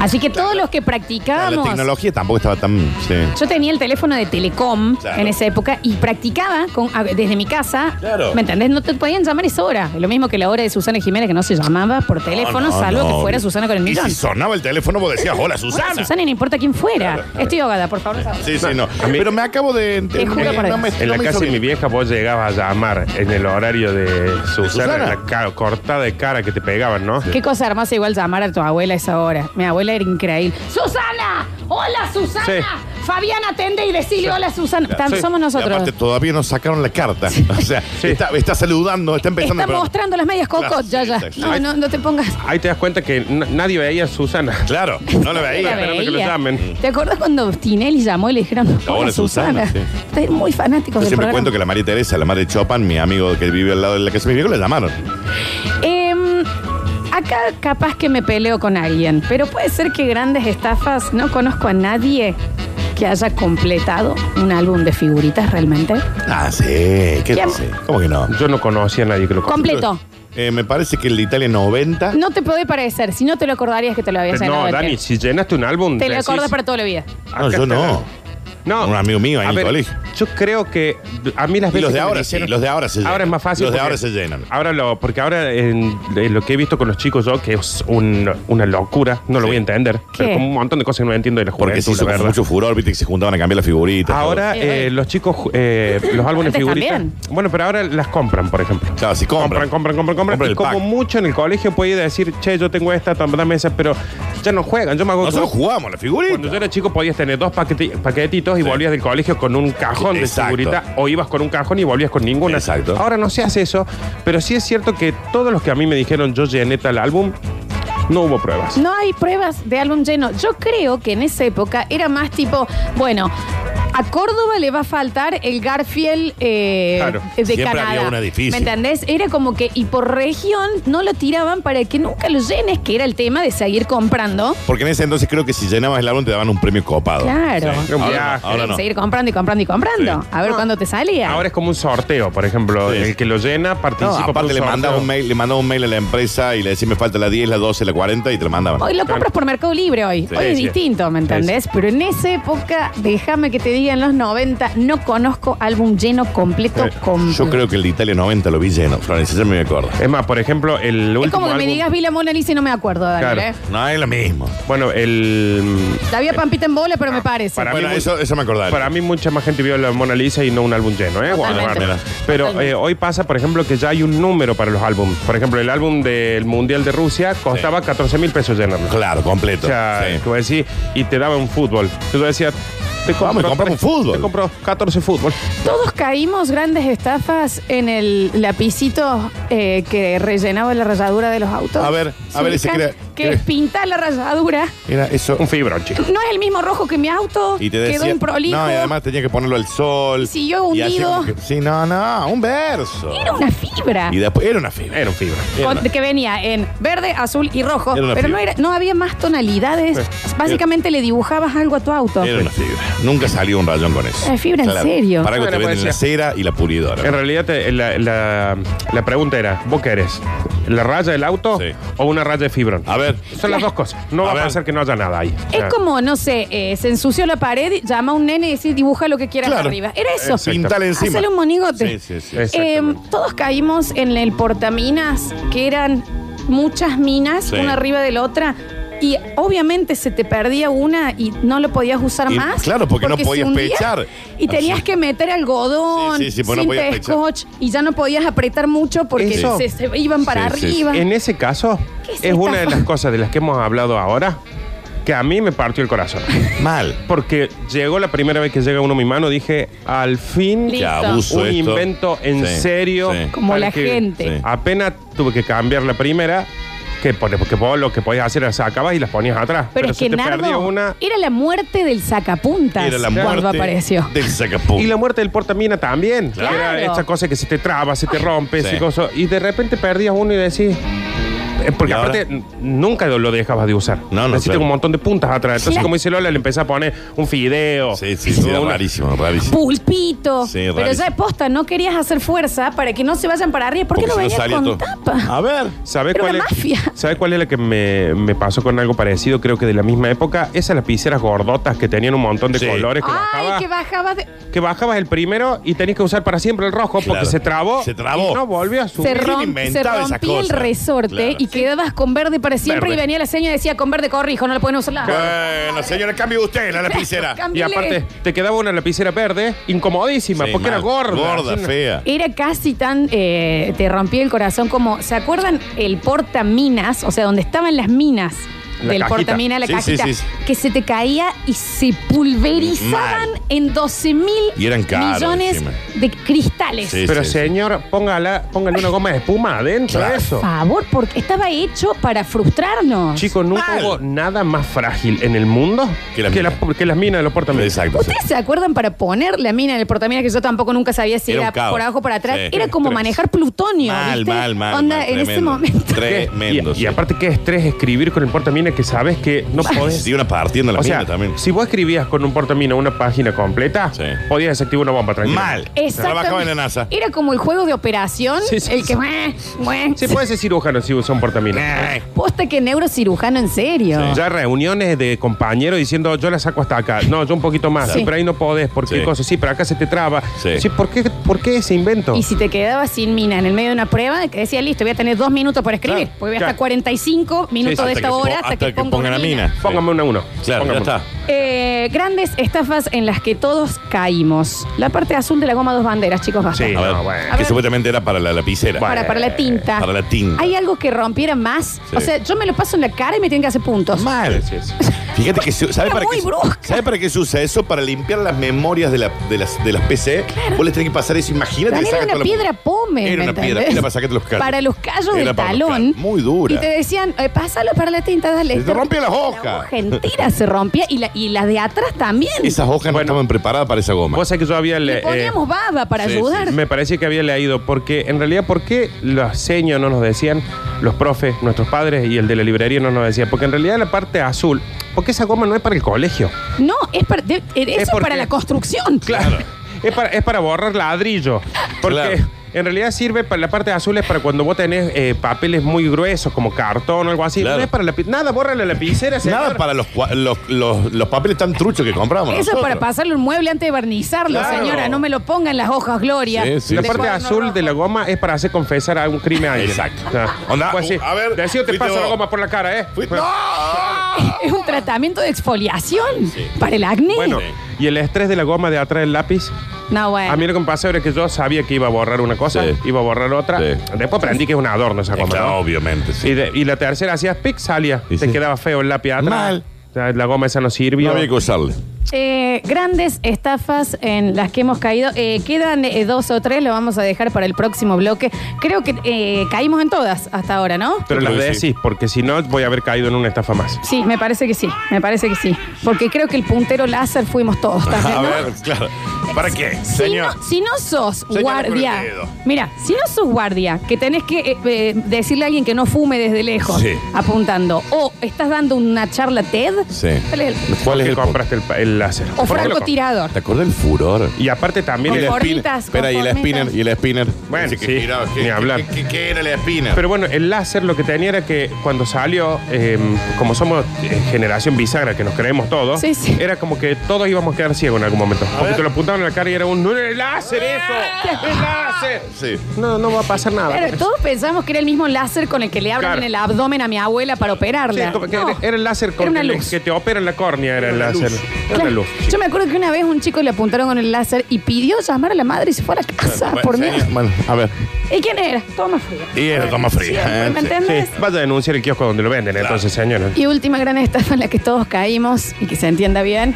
A: Así que todos los que
B: La
A: practicábamos.
B: tecnología tampoco estaba tan. Sí.
A: Yo tenía el teléfono de Telecom
B: Claro.
A: en esa época y practicaba con- a- desde mi casa.
B: Claro.
A: ¿Me entendés? No te podían llamar esa hora. Lo mismo que la hora de Susana Jiménez, que no se llamaba por teléfono,
B: No, no,
A: salvo
B: no.
A: que fuera Susana con el
B: Y
A: millón.
B: si sonaba el teléfono, vos decías, hola,
A: Hola,
B: Susana.
A: Susana, no importa quién fuera. Estoy ahogada, por favor. Saúl.
B: Sí, sí, no.
C: A mí-
B: Pero me acabo de. Eh,
A: Te juro por Dios.
C: En la
B: no me
C: casa
B: hizo
C: de mi
B: bien.
C: vieja vos llegabas a llamar en el horario de Susana,
B: Susana?
C: la ca- cortada de cara que te pegaban, ¿no?
A: Qué cosa hermosa igual llamar a tu abuela a esa hora. Mi abuela era increíble. ¡Susana! ¡Hola, Susana!
C: Sí.
A: Fabián atende y decirle hola, Susana. Tan-
C: Sí.
A: Somos
B: Y
A: nosotros.
B: aparte todavía no sacaron la carta. O sea, está, está saludando, está empezando.
A: Está
B: pero-
A: mostrando las medias cocot,
B: Claro,
A: ya,
B: sí,
A: ya.
B: exacto.
A: No, no, no te pongas.
C: Ahí te das cuenta que n- nadie veía a Susana.
B: Claro, no la
A: La
B: veía.
C: Espérame que lo
A: veía.
C: llamen.
A: ¿Te acuerdas cuando Tinelli llamó y le dijeron hola,
B: Hola,
A: Susana?
B: Susana,
A: Ustedes muy fanáticos
B: Yo
A: del
B: siempre
A: programa.
B: cuento que la María Teresa, la madre de Chopin, mi amigo que vive al lado de la casa de mi viejo, le llamaron.
A: Em, acá capaz que me peleo con alguien, pero puede ser que grandes estafas, no conozco a nadie que haya completado un álbum de figuritas realmente.
B: Ah, sí, ¿qué
A: ¿Quién?
B: dice? ¿Cómo que no?
C: Yo no conocía a nadie que lo conociera.
A: Completo.
B: Eh, me parece que el de Italia 90.
A: No te puede parecer, si no te lo acordarías que te lo había
C: Pero
A: llenado.
C: No,
A: de
C: Dani,
A: tiempo.
C: si llenaste un álbum.
A: Te lo
C: decís,
A: acordas para toda la vida.
B: No,
C: acá
B: yo
C: está.
B: no.
C: No.
B: Un amigo mío ahí en
C: A
B: el
C: ver,
B: colegio.
C: Yo creo que a mí las
B: Y
C: veces.
B: los de
C: que me
B: ahora sí,
C: dijeron-
B: los de ahora se llenan.
C: Ahora es más fácil.
B: Los de
C: porque- Ah,
B: ahora se llenan.
C: Ahora lo, porque ahora en, en lo que he visto con los chicos yo, que es un- una locura, no lo voy a entender. Pero como un montón de cosas que no entiendo de la
B: Porque sí
C: juventud, la
B: hizo
C: verdad.
B: mucho furor, viste que se juntaban a cambiar las figuritas.
C: Ahora
A: Sí,
C: eh,
A: bueno.
C: los chicos, ju- eh, los álbumes
A: Antes
C: figuritas.
A: también.
C: Bueno, pero ahora las compran, por ejemplo.
B: Claro, sí, compran.
C: Compran, compran, compran, compran.
B: Compran
C: Y
B: el
C: como
B: pack.
C: mucho en el colegio podía decir, che, yo tengo esta, tam- dame esa, pero ya no juegan. Yo me hago.
B: Nosotros jugamos las figuritas.
C: Cuando yo era chico podías tener dos paqueti- paquetitos y
B: Sí.
C: volvías del colegio con un cajón
B: Exacto.
C: de figurita o ibas con un cajón y volvías con ninguna.
B: Exacto.
C: Ahora no se hace eso, pero sí es cierto que todos los que a mí me dijeron yo llené tal álbum, no hubo pruebas.
A: No hay pruebas de álbum lleno. Yo creo que en esa época era más tipo, bueno, a Córdoba le va a faltar el Garfield eh,
C: Claro,
A: de
B: siempre
A: Canadá.
B: había una difícil.
A: ¿Me entendés? Era como que, y por región no lo tiraban para que nunca lo llenes, que era el tema de seguir comprando.
B: Porque en ese entonces creo que si llenabas el álbum te daban un premio copado.
A: Claro.
B: Sí.
C: Un
B: Ahora,
C: viaje.
B: no, ahora no.
A: Seguir comprando y comprando y comprando.
B: Sí.
A: A ver
C: No.
A: cuándo te salía.
C: Ahora es como un sorteo, por ejemplo.
B: Sí.
C: El que lo llena
B: No,
C: participa por
B: aparte
C: un
B: le mandaba
C: sorteo.
B: un mail, le mandaba un mail a la empresa y le decía me falta la 10, la 12, la 40 y te lo mandaban.
A: Hoy lo compras por Mercado Libre hoy.
B: Sí,
A: hoy es
C: sí.
A: distinto, ¿me entendés? Pero en esa época, déjame que te diga, en los 90 no conozco álbum lleno completo.
B: Eh,
A: con-
B: Yo creo que el de Italia 90 lo vi lleno, Florencia, ya me acuerdo.
C: Es más, por ejemplo, el último
A: Es como que me
C: álbum-
A: digas vi la Mona Lisa y no me acuerdo, Daniel.
C: Claro.
A: ¿eh?
B: No es lo mismo.
C: Bueno, el...
A: La vi a Pampita en bola, pero me parece.
C: para
B: Bueno,
C: mí-
B: eso, eso me acordaba.
C: Para mí mucha más gente vio la Mona Lisa y no un álbum lleno, ¿eh?
A: Totalmente.
C: Bueno, bueno. Pero
A: Totalmente.
C: eh, hoy pasa, por ejemplo, que ya hay un número para los álbumes. Por ejemplo, el álbum del Mundial de Rusia costaba 14 mil pesos llenarlo.
B: Claro, completo.
C: O sea,
B: Sí.
C: tú decís, y te daba un fútbol. Tú decías, te compro,
B: Vamos, y compramos
C: tres-
B: fútbol.
C: Te compro 14 fútbol.
A: Todos caímos grandes estafas en el lapicito eh, que rellenaba la ralladura de los autos.
B: A ver, a ver, ese
A: Ubican
B: que era-
A: que
B: que-
A: es pintar la ralladura.
B: Era eso.
C: Un fibrón, chico.
A: No es el mismo rojo que mi auto.
B: Y te
A: quedó
B: decía.
A: improlijo.
B: No, y además tenía que ponerlo al sol.
A: Y siguió
B: Y así
A: hundido.
B: como que- sí, no, no, un verso.
A: Era una fibra.
B: Y después era una fibra.
C: Era un fibrón.
B: Era
A: con-
B: una-
A: que venía en verde, azul y rojo.
B: Era una
A: Pero no,
B: fibra.
A: era, no había más tonalidades.
C: Sí.
A: Básicamente le dibujabas algo a tu auto.
B: Era una fibra. Nunca salió un rayón con eso.
A: Era fibra, ¿en serio?
B: Para que
C: Bueno,
B: te
C: puede
B: venden la cera y la
C: En
B: pulidora.
C: realidad, te- la, la- la pregunta era, ¿vos qué eres? ¿La raya del auto
B: Sí.
C: o una raya de fibrón?
B: A ver.
C: Son las dos cosas. No
B: A
C: va
B: ver.
C: a pasar que no haya nada ahí. O
A: Es
C: sea,
A: como, no sé, eh, se ensució la pared, llama a un nene y dice, dibuja lo que quieras
B: Claro.
A: arriba. Era eso.
C: Exacto.
B: Pintar encima.
A: Hacerle un monigote.
B: Sí, sí, sí.
A: Eh,
C: exactamente.
A: todos caímos en el portaminas, que eran muchas minas,
B: Sí.
A: una arriba de la otra. Y obviamente se te perdía una y no lo podías usar
B: Y
A: más.
B: claro, porque no
A: se
B: podías
A: hundía
B: pechar.
A: Y tenías
B: Así.
A: que meter algodón,
B: Sí, sí, sí, porque no
A: cinta
B: podías pechar.
A: scotch, y ya no podías apretar mucho porque
C: Eso.
A: se, se iban para
B: Sí, sí, sí.
A: arriba.
C: En ese caso,
A: ¿Qué es
C: es
A: esta
C: una de
A: cosa?
C: las cosas de las que hemos hablado ahora que a mí me partió el corazón.
B: Mal.
C: Porque llegó la primera vez que llega uno a mi mano, dije, al fin,
A: Listo.
B: Qué abuso
C: un
B: esto.
C: invento en
B: Sí,
C: serio.
B: sí.
A: Como
C: para
A: la
C: que-
A: gente.
B: Sí.
C: Apenas tuve que cambiar la primera, que pone- porque vos lo que podías hacer era sacabas y las ponías atrás.
A: Pero, es
C: si
A: que
C: te perdía
A: Nardo
C: una.
A: era la muerte del sacapuntas
B: Era la muerte
A: cuando apareció.
B: del sacapum.
C: Y la muerte del portamina también.
A: Claro.
C: Era esta cosa que se te traba, se te rompe,
B: Sí.
C: ese coso, y de repente perdías uno y decís. eh, Porque
B: ¿Y ahora?
C: aparte n- nunca lo dejabas de usar.
B: No, no,
C: Necesito
B: claro.
C: un montón de puntas atrás. Entonces,
A: Claro.
C: como dice Lola, le empecé a poner un fideo.
B: Sí, sí, sí, era
C: una-
B: rarísimo, rarísimo.
A: Pulpito.
B: Sí,
A: pero
B: rarísimo.
A: ya de posta, no querías hacer fuerza para que no se vayan para arriba. ¿Por qué no
B: Porque si
A: venías
B: salía
A: con
B: todo.
A: tapa?
B: A ver.
C: ¿Sabes
A: Era
C: cuál,
A: una
C: es,
A: mafia.
C: ¿Sabe cuál es la que me, me pasó con algo parecido? Creo que de la misma época. Esas lapiceras gordotas que tenían un montón de
B: Sí.
C: colores Ah, que
A: Ay,
C: bajabas.
A: que bajabas de.
C: que bajabas el primero y tenías que usar para siempre el rojo porque
B: Claro.
C: se trabó.
B: Se trabó.
C: y no volvió a subir.
A: Se,
B: ¿Quién
A: romp- se
B: inventaba esas
A: rompía el
B: cosas?
A: resorte
B: Claro.
A: y quedabas con verde para siempre
C: Verde.
A: y venía la seña y decía con verde corrijo, no lo pueden usar. Ah.
B: Bueno, señora, cambie usted la lapicera.
C: Y
A: Cámbiale.
C: aparte, te quedaba una lapicera verde, incomodísima,
B: Sí,
C: porque era
B: mal.
C: gorda.
B: Gorda,
C: así,
B: fea.
A: Era casi tan. eh, te rompía el corazón como. ¿Se acuerdan el portaminas? O sea, donde estaban las minas.
C: La
A: del
C: cajita.
A: portamina, la
B: Sí, sí,
A: cajita,
B: sí, sí.
A: que se te caía y se pulverizaban
B: Mal.
A: en 12
B: Y
A: mil
B: eran caros
A: millones
B: encima.
A: de cristales.
B: Sí,
C: Pero
B: sí, sí.
C: señor, póngala, póngale una goma de espuma adentro
B: Claro.
C: de eso.
A: Por favor, porque estaba hecho para frustrarnos.
C: Chicos, nunca
B: Mal.
C: hubo nada más frágil en el mundo
B: Que las minas.
C: que las minas de los portaminas.
B: Exacto. sí.
A: ¿Ustedes se acuerdan para poner la mina en el portamina que yo tampoco nunca sabía si
B: Era un
A: era,
B: caos.
A: por abajo o por atrás?
B: Sí,
A: era
B: era
A: como
C: tres.
A: manejar plutonio.
B: Mal,
A: ¿viste?
B: mal, mal.
A: Onda,
B: mal,
A: en ese
B: tremendo.
A: momento.
B: Tremendo.
C: Y, y aparte, qué estrés escribir con el portamina que sabes que no podés.
B: Sí, una partiendo la
C: O sea,
B: mina también.
C: si vos escribías con un portamina una página completa,
B: Sí.
C: podías desactivar una bomba tranquila.
B: Mal.
A: Exactamente.
B: Trabajaba en la NASA.
A: Era como el juego de operación,
C: Sí, sí,
A: el que...
C: sí. Sí, pues. puede ser cirujano si usa un portamina.
B: Eh.
A: Posta que neurocirujano en serio.
C: Ya reuniones de compañeros diciendo, yo la saco hasta acá. No, yo un poquito más.
A: Sí.
C: Sí, pero ahí no podés. ¿Por qué
B: Sí.
C: cosa? Sí, pero acá se te traba.
B: Sí.
C: Sí, ¿por, qué, ¿por qué ese invento?
A: Y si te quedabas sin mina en el medio de una prueba, que decía, listo, voy a tener dos minutos para escribir,
C: Claro,
A: porque voy hasta
C: claro.
A: 45 minutos
C: hasta
A: de
B: que
A: esta
B: po-
A: hora hasta, que, pongo
B: pongan
A: una
B: la mina.
C: Póngame una uno.
B: Claro, ya
C: Póngame una.
B: está.
A: Eh, grandes estafas en las que todos caímos. La parte azul de la goma dos banderas, chicos, basta.
C: Sí.
B: A ver,
C: No, bueno.
A: A
B: Que
A: ver.
B: supuestamente era para la lapicera.
A: Para, para la tinta.
B: Para la tinta.
A: ¿Hay algo que rompiera más?
B: Sí.
A: O sea, yo me lo paso en la cara y me tienen que hacer puntos.
B: Mal.
C: Sí, sí,
B: Fíjate que se- ¿sabe
A: Era
B: para
A: muy
B: qué,
A: brusca.
B: ¿sabe para qué se usa eso? Para limpiar las memorias de, la- de las, de las PC. Vos les tenés que pasar eso. Imagínate
A: Daniel
B: que
A: era
B: saca
A: una
B: toda la-
A: piedra pome.
B: Era
A: ¿me
B: una piedra,
A: entendés?
B: era para sacarte los callos.
A: Para los callos
B: Era
A: del
B: para los
A: talón.
B: callos. Muy dura.
A: Y te decían, eh, pásalo para la tinta, dale.
B: Se te rompía las
A: La
B: hojas.
A: hoja entera se rompía y la, y la de atrás también.
B: Esas hojas no
C: Bueno.
B: estaban preparadas para esa goma.
C: Cosa que yo había
A: Le
C: le- eh,
A: poníamos baba para
B: sí,
A: ayudar.
C: Me parece que había leído, porque en realidad, ¿por qué los seños no nos decían, los profes, nuestros padres y el de la librería no nos decían? Porque en realidad la parte azul, porque esa goma no es para el colegio.
A: No, es para, de- eh, eso es
C: porque-
A: para la construcción.
C: Claro. es, para, es para borrar ladrillo. Porque
B: Claro.
C: en realidad sirve para la parte azul, es para cuando vos tenés eh, papeles muy gruesos, como cartón o algo así.
B: Claro.
C: No es para la pi- Nada, borra la lapicera. señor.
B: Nada para los, cua- los, los, los papeles tan truchos que compramos.
A: Eso es
B: nosotros.
A: para pasarle un mueble antes de barnizarlo,
C: Claro.
A: señora. No me lo pongan las hojas, Gloria.
B: Sí, sí,
C: La
B: sí.
A: De
C: parte
A: cuaderno
C: azul de la
A: rojo.
C: goma es para hacer confesar a un crimen a alguien.
B: Exacto.
C: Ah.
B: Onda,
C: Pues sí.
B: a ver,
C: Decido, te
B: fuiste
C: paso la
B: vos.
C: goma por la cara, ¿eh?
B: Fui- ¡No!
A: Es un tratamiento de exfoliación para el acné.
C: Bueno, y el estrés de la goma de atrás del lápiz.
A: no, bueno.
C: A mí lo que me pasó era que yo sabía que iba a borrar una cosa,
B: Sí.
C: iba a borrar otra.
B: Sí.
C: Después aprendí que es un adorno esa
B: Eh,
C: goma.
B: claro,
C: ¿no?
B: obviamente, sí.
C: y, de- y la tercera hacías pic, salía.
B: Y
C: Te
B: sí.
C: quedaba feo el lápiz atrás.
B: Mal.
C: La, la goma esa no sirvió.
B: No había que usarle.
A: Eh, grandes estafas en las que hemos caído. Eh, quedan eh, dos o tres, lo vamos a dejar para el próximo bloque. Creo que eh, caímos en todas hasta ahora, ¿no?
C: Pero las
B: Creo que
C: decís,
B: sí.
C: porque si no voy a haber caído en una estafa más.
A: Sí, me parece que sí, me parece que sí. Porque creo que el puntero láser fuimos todos también,
B: A
A: ¿no?
B: ver, claro. ¿Para qué,
A: Si
B: señor?
A: no, si no sos
B: Señora
A: guardia,
B: con el dedo.
A: mira, si no sos guardia, que tenés que eh, eh, decirle a alguien que no fume desde lejos,
B: Sí.
A: apuntando, o estás dando una charla TED,
B: Sí.
A: ¿cuál es el-
B: ¿Cuál es
C: Que
B: el
C: compraste el, pa- el láser.
A: o
C: ¿Por qué lo compraste?
A: francotirador.
B: ¿Te acuerdas del furor?
C: Y aparte también...
A: Con
C: el-
B: el
A: formitas,
B: Espera, y
A: con
B: el
A: formitas.
B: spinner, y el spinner.
C: Bueno,
B: Ese que
C: sí,
B: giraba, ¿qué-
C: ni
B: qué-
C: hablar.
B: qué- qué era el spinner?
C: Pero bueno, el láser lo que tenía era que cuando salió, eh, como somos eh, generación bisagra, que nos creemos todos,
A: Sí, sí.
C: era como que todos íbamos a quedar ciegos en algún momento. Porque te lo apuntaban en la cara y era un ¡No era el láser eso! ¡El láser!
B: Sí.
C: No, no va a pasar nada.
A: Claro, todos pensamos que era el mismo láser con el que le abren
C: Claro.
A: en el abdomen a mi abuela para
C: Sí,
A: operarla.
C: como que
A: No,
C: era, era el láser con
A: era una
C: que, le-
A: luz.
C: que te opera en la córnea, era, el
B: Era una
C: láser.
B: luz.
C: Era una
A: Claro.
C: luz. sí.
A: Yo me acuerdo que una vez un chico le apuntaron con el láser y pidió llamar a la madre y se fue a la casa
B: Bueno,
A: por mí.
B: señor, bueno, a ver.
A: ¿Y quién era? Toma fría.
B: Y era toma fría,
A: Siempre,
B: ¿eh?
A: ¿Me
B: Sí.
A: entendés?
C: Sí, vaya a denunciar el kiosco donde lo venden, entonces, señores.
A: Y última gran estafa en la que todos caímos y que se entienda bien,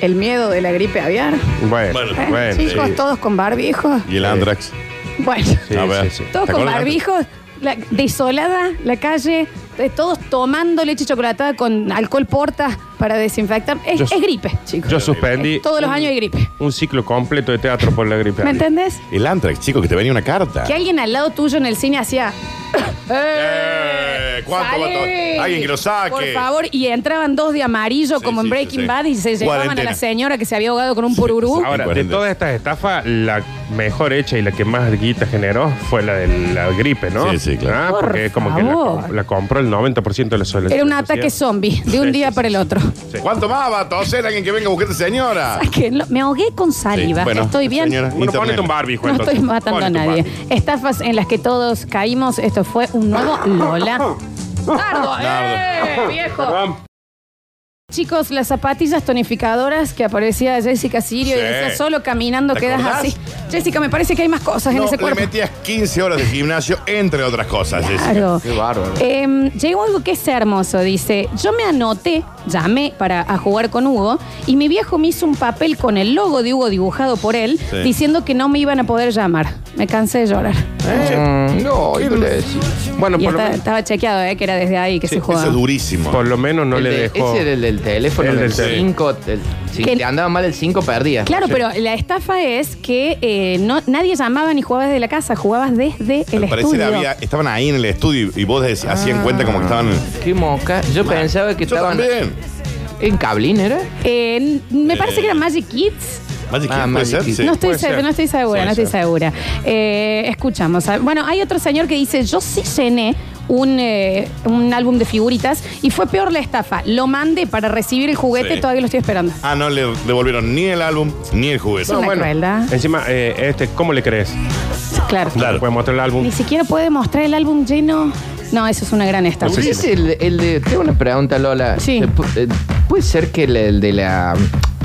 A: el miedo de la gripe aviar.
C: Bueno,
B: Bueno,
A: ¿eh?
C: bueno.
A: Chicos,
C: sí.
A: todos con barbijos.
B: Y el
C: Sí.
B: Andrax.
A: Bueno,
C: Sí,
B: a ver.
C: sí, sí.
A: todos
B: ¿Te
A: con
B: acuerdas?
A: barbijos, la- desolada la calle, eh, todos tomando leche chocolatada con alcohol porta para desinfectar. Es,
C: Yo-
A: es gripe, chicos.
C: Yo suspendí
A: Todos los años hay gripe.
C: un ciclo completo de teatro por la gripe.
A: ¿Me entendés?
B: El Andrax, chico, que te venía una carta.
A: Que alguien al lado tuyo en el cine hacía.
B: Eh, ¿cuánto
A: salí!
B: va todo? Alguien que lo saque.
A: Por favor, y entraban dos de amarillo,
B: Sí,
A: como en
B: sí,
A: Breaking
B: sí, sí.
A: Bad, y se llevaban a la
B: Cuarentena.
A: señora que se había ahogado con un pururú.
B: sí.
C: Ahora, de
B: cuarentena.
C: todas estas estafas, la mejor hecha y la que más guita generó fue la de la gripe, ¿no?
B: Sí, sí, claro.
C: Ah,
A: Por
C: porque es como que
A: favor.
C: la, la compró el 90% de la soledad.
A: Era un ataque zombie, de un
C: Sí,
A: día
C: sí,
A: para el otro.
B: ¿Cuánto más va a toser alguien que venga a buscar a esta señora?
A: Que lo- me ahogué con saliva,
B: Sí, bueno,
A: estoy bien.
B: señora.
C: Bueno, ponete un barbijo,
A: No
C: entonces.
A: estoy matando a
C: Ponete un
A: nadie.
C: barbijo.
A: Estafas en las que todos caímos. Esto fue un nuevo Lola. ¡Nardo! ¡Eh, viejo!
C: Perdón.
A: Chicos, las zapatillas tonificadoras que aparecía Jessica Sirio y
B: Sí.
A: decía solo caminando
B: ¿Te
A: quedas
B: acordás?
A: así. Jessica, me parece que hay más cosas en
B: No,
A: ese
B: le
A: cuerpo.
B: metías 15 horas de gimnasio, entre otras cosas. Jessica.
A: Claro.
D: Qué bárbaro.
A: Em, llegó algo que es hermoso, dice. Yo me anoté, llamé para a jugar con Hugo y mi viejo me hizo un papel con el logo de Hugo dibujado por él,
B: Sí.
A: diciendo que no me iban a poder llamar. Me cansé de llorar.
D: No, ¿qué le decís?
C: Bueno,
A: Y
C: por lo,
A: está-
C: men-
A: estaba chequeado, eh, que era desde ahí que
C: Sí,
A: se
C: eso
A: jugaba.
B: Eso es durísimo.
C: por lo menos no
D: El
C: le
D: de-
C: dejó.
D: Ese era el del teléfono,
C: El
D: el
C: del teléfono.
D: 5. Si
A: Que-
D: te andaba mal el 5, perdías.
A: Claro, pero la estafa es que eh, no, nadie llamaba ni jugaba desde la casa, jugabas desde el
B: Me parece que
A: estudio. Ah.
B: había- estaban ahí en el estudio y y vos decías- hacían cuenta como que estaban.
D: Qué moca. Yo pensaba que
B: Yo
D: estaban.
B: también.
D: ¿En Cablín era?
A: Eh, n- me parece
B: Eh.
A: que era Magic Kids.
B: Magic
D: Ah,
B: Kid, ¿puede
D: Magic
B: ser?
D: Kid.
B: Sí.
A: No estoy,
C: puede
A: se-
C: ser.
A: no estoy segura,
C: Puede
A: no estoy
C: ser.
A: segura. Eh, escuchamos. a- Bueno, hay otro señor que dice, yo sí llené un, eh, un álbum de figuritas y fue peor la estafa. Lo mandé para recibir el juguete,
B: Sí.
A: todavía lo estoy esperando.
B: Ah, no le devolvieron ni el álbum ni el juguete.
A: una crueldad.
C: Encima, eh, este, ¿cómo le crees?
A: Claro.
B: Claro.
C: Puedes mostrar el álbum.
A: Ni siquiera puede mostrar el álbum lleno. No, eso es una gran estafa.
D: Ese es el, el de. Tengo una pregunta, Lola.
A: Sí.
D: ¿Se pu- eh, ¿Puede ser que el, el de la.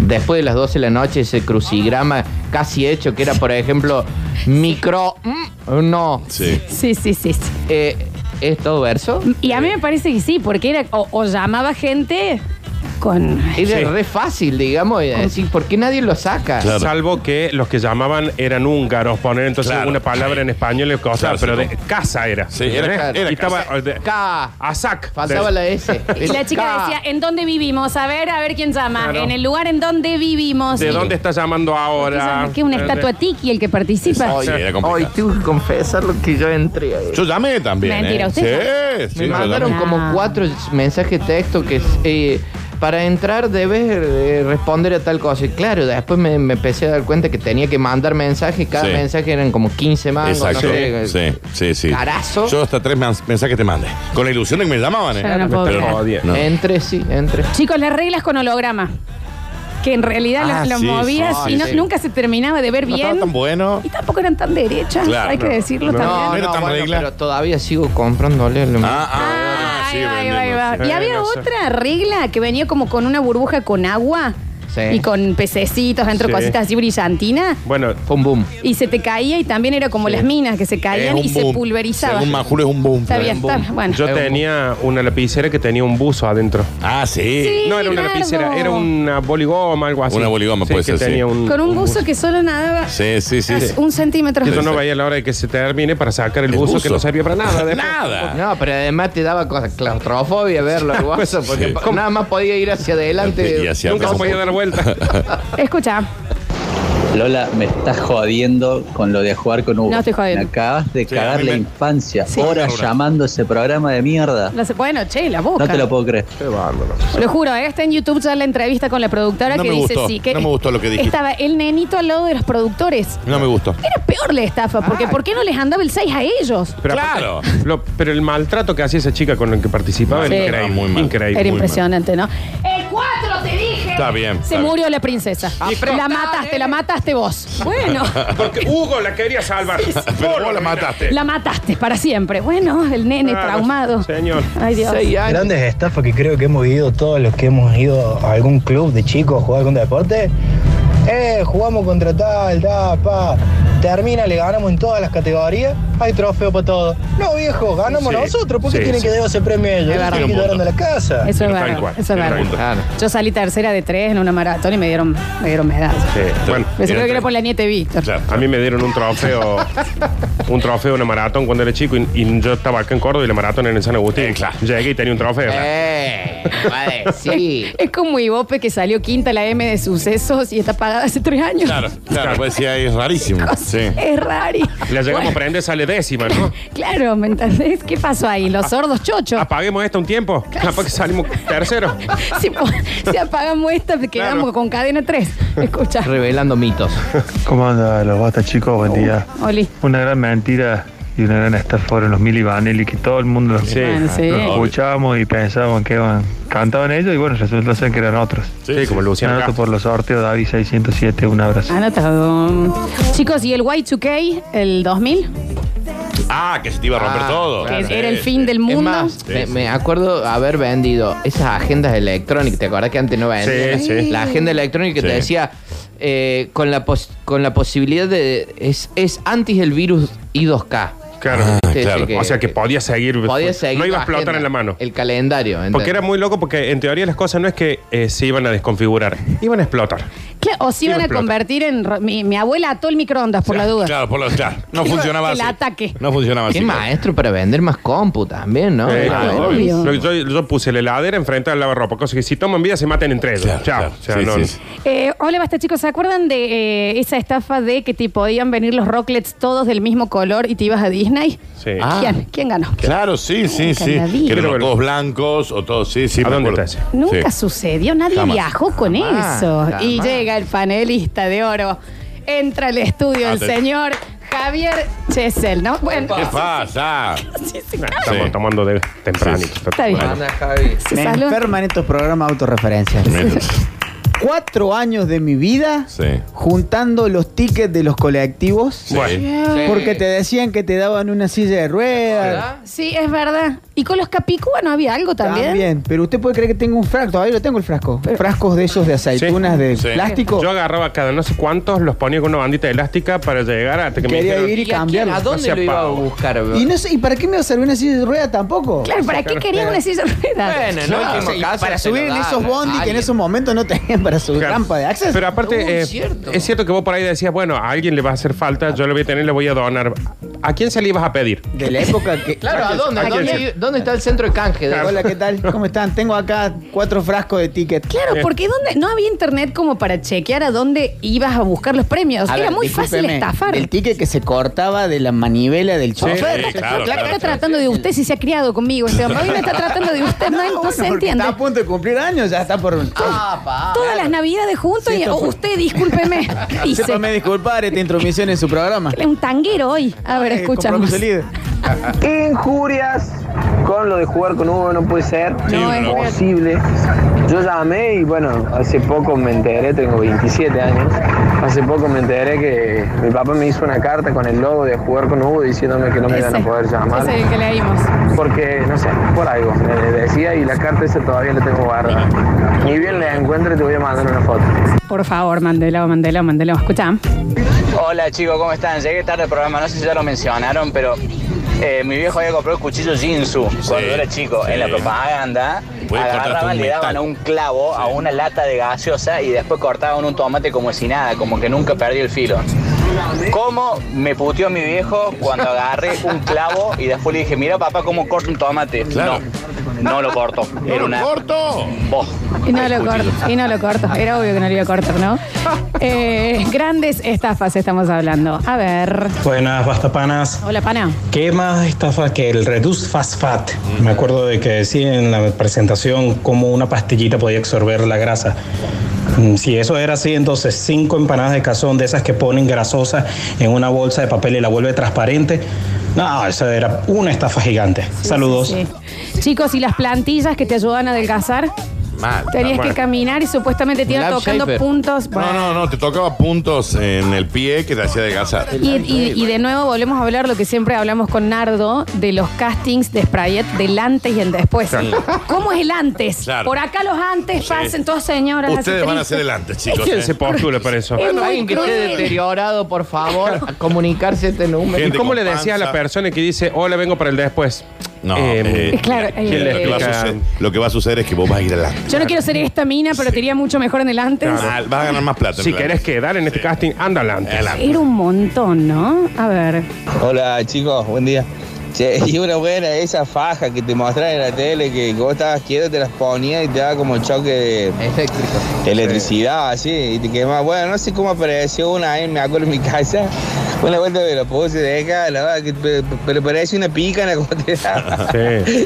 D: Después de las 12 de la noche, ese crucigrama casi hecho, que era, por ejemplo, micro. mm, No.
B: Sí.
A: Sí, sí, sí, sí.
D: Eh, ¿Es todo verso?
A: Y a mí me parece que sí, porque era o, o llamaba gente con...
D: Era
C: Sí.
D: re fácil, digamos. y Decir, ¿por qué nadie lo saca?
B: Claro.
C: Salvo que los que llamaban eran húngaros, poner entonces
B: Claro.
C: una palabra en español y cosas,
B: Claro, sí,
C: pero de
B: no.
C: casa era.
B: Sí, era-
C: ¿Entendés?
B: era
C: y estaba
B: casa.
C: de-
D: K.
C: Asac.
D: Faltaba
C: Ah, De-
D: la S.
A: Y la chica
D: K.
A: decía, ¿en dónde vivimos? A ver, a ver quién llama.
C: Claro.
A: En el lugar en donde vivimos.
C: ¿De
A: Y-
C: dónde está llamando ahora?
A: Que es una estatua tiki el que participa.
B: Sí, era complicado.
D: Ay, tengo que confesar lo que yo entré ahí.
B: Yo llamé también.
A: Mentira,
B: ¿eh?
A: ¿usted
B: Sí, sí,
D: Me
B: yo
D: mandaron
B: llamé.
A: verdad.
D: como cuatro mensajes de texto que eh, para entrar debes eh, responder a tal cosa. Y claro, después me, me empecé a dar cuenta que tenía que mandar mensajes. Cada
B: Sí.
D: mensaje eran como 15 mangos.
B: Exacto.
D: no sé. eh,
B: Sí, sí, sí.
D: Carazo.
B: Yo hasta tres mens- mensajes te mandé. Con la ilusión de que me llamaban, ¿eh?
A: Yo no puedo
B: Pero
A: creer.
C: Odia.
B: no.
D: Entre, sí, entre.
A: Chicos, las reglas con holograma. Que en realidad
B: Ah,
A: las las
B: sí,
A: movías
B: sí,
A: y no-
D: sí.
A: nunca se terminaba de ver
B: No
A: bien.
B: estaba tan bueno.
A: Y tampoco eran tan derechas,
B: Claro,
A: hay que
B: no.
A: decirlo
C: No,
A: también.
D: No,
B: era
D: no,
B: tan
D: bueno,
B: regla.
D: pero todavía sigo comprándole. lo mismo.
B: Ah,
A: Ah,
B: ah,
A: ahí
B: sí,
A: va, ahí va, ahí
B: vendiendo.
A: va. Y
C: Sí,
A: había
C: no sé.
A: otra regla que venía como con una burbuja con agua
D: Sí.
A: y con pececitos dentro,
C: Sí.
A: cositas así brillantina.
C: Bueno,
D: Fue un boom.
A: Y se te caía y también era como las minas que se caían
B: Es
A: y
B: un
A: se
B: boom.
A: pulverizaba.
B: Según Majul es un boom.
A: Está bien,
D: boom.
A: está- bueno.
C: yo
D: Era un
C: tenía una lapicera que tenía un buzo adentro.
B: Ah, sí.
A: Sí.
C: No era una
A: Nardo.
C: lapicera, era una boligoma, algo así.
B: Una boligoma,
C: Sí,
B: puede
C: que
B: ser,
C: tenía
B: sí.
C: un-
A: Con un buzo que solo nadaba
B: Sí, sí, sí.
A: as- un centímetro.
C: Yo no veía la hora de que se termine para sacar el,
B: El
C: buzo, que
B: buzo.
C: no servía para nada. después.
B: Nada.
D: No, pero además te daba cosa, claustrofobia verlo al guaso, porque
B: Sí.
D: pa- nada más podía ir hacia adelante.
B: Y hacia
C: Nunca se podía dar vuelta.
A: Escucha.
E: Lola, me estás jodiendo con lo de jugar con Hugo.
A: No estoy jodiendo.
E: Me acabas de
B: Sí, a
E: cagar
B: mí
E: la
B: me-
E: infancia.
A: Sí.
E: Horas
B: Ahora.
E: llamando ese programa de mierda.
A: La se- Bueno, che, la boca.
E: No te lo puedo creer.
D: Qué bárbaro.
A: Lo juro, ¿eh? está en YouTube ya la entrevista con la productora
B: No
A: que
B: me
A: dice
B: gustó,
A: sí. Que
B: no me gustó lo que dijiste.
A: Estaba el nenito al lado de los productores.
B: No me gustó.
A: Era peor la estafa, porque
D: Ah.
A: ¿por qué no les andaba el 6 a ellos?
C: Pero aparte,
B: Claro.
C: lo- pero el maltrato que hacía esa chica con la que participaba
A: Sí.
C: era increíble.
B: Muy mal.
C: increíble.
A: Era
B: muy
A: impresionante, ¿no? El 4, te dije.
B: Está bien,
A: Se
B: está bien. eh.
A: murió la princesa. La mataste, la mataste vos. Bueno.
C: Porque Hugo la quería salvar.
B: Pero vos la mataste.
A: La mataste para siempre. Bueno, el nene
C: Claro,
A: traumado.
C: Ah, señor.
A: Ay, Dios.
D: Seis años.
F: grandes estafas que creo que hemos vivido todos los que hemos ido a algún club de chicos a jugar algún deporte. Eh, jugamos contra tal, tal, pa. Termina, le ganamos en todas las categorías. Hay trofeo para todo. No, viejo, ganamos
C: Sí.
F: nosotros. ¿Por qué
C: Sí,
F: tienen
C: sí.
F: que dar ese premio a ellos?
B: verdad.
F: Tienen que
B: Tiene un
F: llevarlo a la casa.
A: Eso es
C: Tal
A: verdad.
C: cual,
A: Eso es
C: tiene
A: verdad.
C: punto.
D: Claro.
A: Yo salí tercera de tres en una maratón y me dieron, me dieron medallas.
C: Sí, Bueno,
A: Pero se
B: Era
A: creo que
B: tres.
A: era por la nieta de Víctor.
B: Claro.
C: a mí me dieron un trofeo, un trofeo, una maratón cuando era chico y, y yo estaba acá en Córdoba y la maratón era en San Agustín.
B: Eh, claro.
C: Llegué y tenía un trofeo.
D: Eh, vale, sí.
A: Es como Ivope que salió quinta la M de sucesos y está pagada hace tres años.
B: Claro, claro. Pues sí, ahí es rarísimo. Sí.
A: Es rari.
C: La llegamos
A: Bueno,
C: a prender, sale décima, ¿no?
A: Claro, ¿me entendés? ¿Qué pasó ahí? Los sordos chochos.
C: Apaguemos esto un tiempo. Capaz que salimos tercero.
A: Si, po- si apagamos esta, quedamos
C: Claro.
A: con cadena 3. Escucha.
D: Revelando mitos.
G: ¿Cómo andan los basta chicos? Buen día.
A: Oli.
G: Una gran mentira y una gran estafa fueron los Mili Vanelli que todo el mundo los,
C: Sí.
A: Bueno, sí.
G: los escuchábamos y pensábamos que iban, cantaban ellos y bueno, resulta ser que eran otros.
C: Sí, Ah, como Luciano
G: Gracias
C: Castro.
G: por los sorteos, David 607, un abrazo.
A: Anotado. Chicos, ¿y el Y2K, el 2000?
B: Ah, que se te iba a romper
D: Ah,
B: todo.
A: Que
B: Sí,
A: era el fin
B: sí.
A: del
D: Es
A: mundo.
D: más,
B: Sí,
D: me,
B: sí.
D: me acuerdo haber vendido esas agendas electrónicas. ¿Te acordás que antes no vendían?
B: Sí, sí.
D: La agenda electrónica que te
B: Sí.
D: decía eh, con, la pos- con la posibilidad de. Es, es antes el virus I2K.
C: Claro.
B: Ah,
D: Sí,
B: claro.
D: sí,
C: o sea que podías seguir.
D: Podías seguir.
C: No iba a
D: la
C: explotar
D: agenda,
C: en la mano.
D: El calendario. ¿entendés?
C: Porque era muy loco porque en teoría las cosas no es que eh, se iban a desconfigurar, iban a explotar.
A: Claro, o se iban
C: Iba a
A: a
C: explotar.
A: convertir en. ro- Mi, mi abuela ató el microondas, por la duda.
B: Claro, por la, claro. No
A: Iba
B: funcionaba
A: el
B: así.
A: ataque.
B: No funcionaba
D: Qué
B: así.
D: maestro para vender más compu también, ¿no?
C: Eh,
B: Ah,
C: claro,
A: obvio.
C: obvio. yo, yo puse la heladera enfrente al lavarropa, cosa que si toman vida se maten entre ellos.
B: Claro,
C: Chao.
B: claro.
C: O sea,
B: Sí,
C: no-
B: sí, sí.
A: Eh, hola, basta chicos. ¿Se acuerdan de eh, esa estafa de que te podían venir los rocklets todos del mismo color y te ibas a Disney?
C: sí.
D: Ah.
A: ¿Quién? ¿Quién ganó?
B: Claro, sí, sí, sí.
A: Canadí.
B: Que eran
C: Pero bueno.
B: todos blancos o todos, sí, sí.
C: ¿A
B: me
C: dónde
B: acuerdo.
C: está ese?
A: Nunca
B: Sí.
A: sucedió, nadie
B: Jamás.
A: viajó con
D: Jamás,
A: eso. Y
D: jamás.
A: llega el panelista de oro. Entra al estudio el
B: Atención.
A: señor Javier Chesel, ¿no? Bueno,
B: ¿Qué pasa?
A: sí, sí,
C: Nah,
A: claro.
C: Estamos
B: Sí.
C: tomando de tempranito.
B: Sí, sí.
A: Está bien.
B: Bueno.
D: Javi.
A: Se
H: Me
A: salud.
H: enferman estos programas autorreferencias.
B: Mira,
H: Cuatro años de mi vida
B: Sí.
H: juntando los tickets de los colectivos
B: Sí.
C: Bueno.
H: porque te decían que te daban una silla de ruedas.
A: Sí, es verdad. ¿Y con los capicúa no había algo también?
H: Pero usted puede creer que tengo un frasco. Todavía lo tengo el frasco. Frascos de esos de aceitunas de
B: Sí.
H: plástico.
C: Yo agarraba cada no sé cuántos, los ponía con una bandita elástica para llegar hasta que me
H: Quería
C: dijeron,
H: ir y
D: ¿Y a, quién-
H: cambiarlo.
D: a
C: No
D: dónde
C: sea
D: lo iba a
C: pavo.
D: buscar?
H: Y no sé, ¿y para qué me va a servir una silla de rueda tampoco?
A: Claro, ¿para qué querías una silla de ruedas?
D: Bueno, en
H: Claro,
D: último
H: o sea, y
D: caso
H: para
D: se lo
H: subir en
D: dan
H: esos
D: a
H: bondi que en
D: alguien.
H: esos momentos no tenían para subir
C: Claro.
H: rampa de acceso.
C: Pero aparte,
D: No,
C: eh,
D: es cierto.
C: es cierto que vos por ahí decías, bueno, a alguien le va a hacer falta, yo lo voy a tener, le voy a donar. ¿A quién se le ibas a pedir?
H: De la época que.
D: Claro, ¿a dónde?
C: ¿A quién
D: ¿Dónde, dónde está el centro de canje? De-
H: Hola, ¿qué tal? ¿Cómo están? Tengo acá cuatro frascos de ticket.
A: Claro, porque ¿dónde? no había internet como para chequear a dónde ibas a buscar los premios.
H: A
A: Era
H: ver,
A: muy fácil
H: discúlpeme,
A: estafar.
H: El ticket que se cortaba de la manivela del chofer.
B: Sí, claro,
A: Claro,
B: claro,
A: está
B: claro.
A: tratando de usted si se ha criado conmigo este hombre. Hoy me está tratando de usted, no, no
H: Ah, bueno,
A: se
H: porque
A: entiende.
H: Está a punto de cumplir años, ya está por un.
D: Ah, pa.
A: Todas las navidades juntos
H: Sí,
A: y oh,
H: esto fue-
A: usted, discúlpeme. Dice,
H: Sépame disculpar esta intromisión en su programa.
A: es un tanguero hoy. A ver,
H: Eh,
A: escuchamos.
H: compromiso líder.
I: Injurias con lo de jugar con Hugo, no puede ser.
B: Sí,
A: No
B: uno
A: es
B: lo-
A: real.
I: Posible. Yo llamé y bueno, hace poco me enteré, tengo 27 años, hace poco me enteré que mi papá me hizo una carta con el logo de jugar con Hugo diciéndome que no me iban a poder llamar.
A: ese es el que leímos.
I: Porque, no sé, por algo, me decía y la carta esa todavía la tengo guardada. Ni bien la encuentre te voy a mandar una foto.
A: Por favor, mándelo, mándelo, mándelo. Escucha.
E: Hola chicos, ¿cómo están? Llegué tarde al programa, no sé si ya lo mencionaron, pero eh, mi viejo había comprado el cuchillo Jinsu cuando era chico.
B: sí.
E: En la propaganda
B: Puede cortarte
E: agarraban,
B: un
E: le daban
B: metal.
E: a un clavo a una lata de gaseosa y después cortaban un tomate como si nada, como que nunca perdí el filo. ¿Cómo me puteó mi viejo cuando agarré un clavo y después le dije, mira papá, cómo corto un tomate?
B: Claro.
E: No, no lo corto. Era una
B: corto!
E: voz.
A: Y no lo corto, y no lo corto. Era obvio que no lo iba a cortar, ¿no? Eh, grandes estafas estamos hablando. A ver.
J: Buenas, bastapanas.
A: Hola, pana.
J: ¿Qué más estafa que el Reduce Fast Fat? Me acuerdo de que decía en la presentación cómo una pastillita podía absorber la grasa. Mm, Si eso era así, entonces cinco empanadas de cazón de esas que ponen grasosa en una bolsa de papel y la vuelve transparente. No, esa era una estafa gigante. Saludos.
A: Sí, sí. Chicos, ¿y las plantillas que te ayudan a adelgazar?
B: Mal.
A: Tenías
C: bueno.
A: que caminar y supuestamente te iban
D: Lab
A: tocando
D: shaper.
A: puntos.
B: No, no, no, te tocaba puntos en el pie que te hacía desgastar.
A: Y, y- y de nuevo volvemos a hablar lo que siempre hablamos con Nardo de los castings de Sprayet del antes y el después. ¿Cómo es el antes?
B: Claro.
A: Por acá los antes pasen todas señoras.
B: Ustedes
A: así
B: van a
A: tristes.
B: ser delante, chicos.
C: ¿Quién
B: eh.
C: se postula para eso?
A: Es muy
D: Alguien que esté
A: cruel.
D: deteriorado, por favor, a comunicarse este número.
C: ¿Y
B: Gente
C: cómo
B: con
C: le decías a la
B: panza.
C: persona que dice, hola, vengo para el después?
B: No,
C: Eh,
B: eh,
A: Claro,
B: mira, mira,
A: eh,
B: lo, que va a
C: explica-
B: suceder- lo que va a suceder es que vos vas a ir adelante.
A: Yo no quiero ser esta mina, pero te iría mucho mejor en el antes.
B: Mal, vas a ganar más plata.
C: Si
B: en realidad.
C: querés quedar en este casting, anda adelante.
B: Adelante.
A: Era un montón, ¿no? A ver.
I: Hola chicos, buen día. Che, y una buena, esa faja que te mostraron en la tele, que vos estabas quieto, te las ponías y te daba como choque de,
D: Eléctrico.
I: Electricidad, sí, y te quemaba. Bueno, no sé cómo apareció una ahí, me acuerdo en mi casa. Una vuelta me lo puse de acá, la verdad, que- pero, pero parece una pica en la gotera.
C: Sí.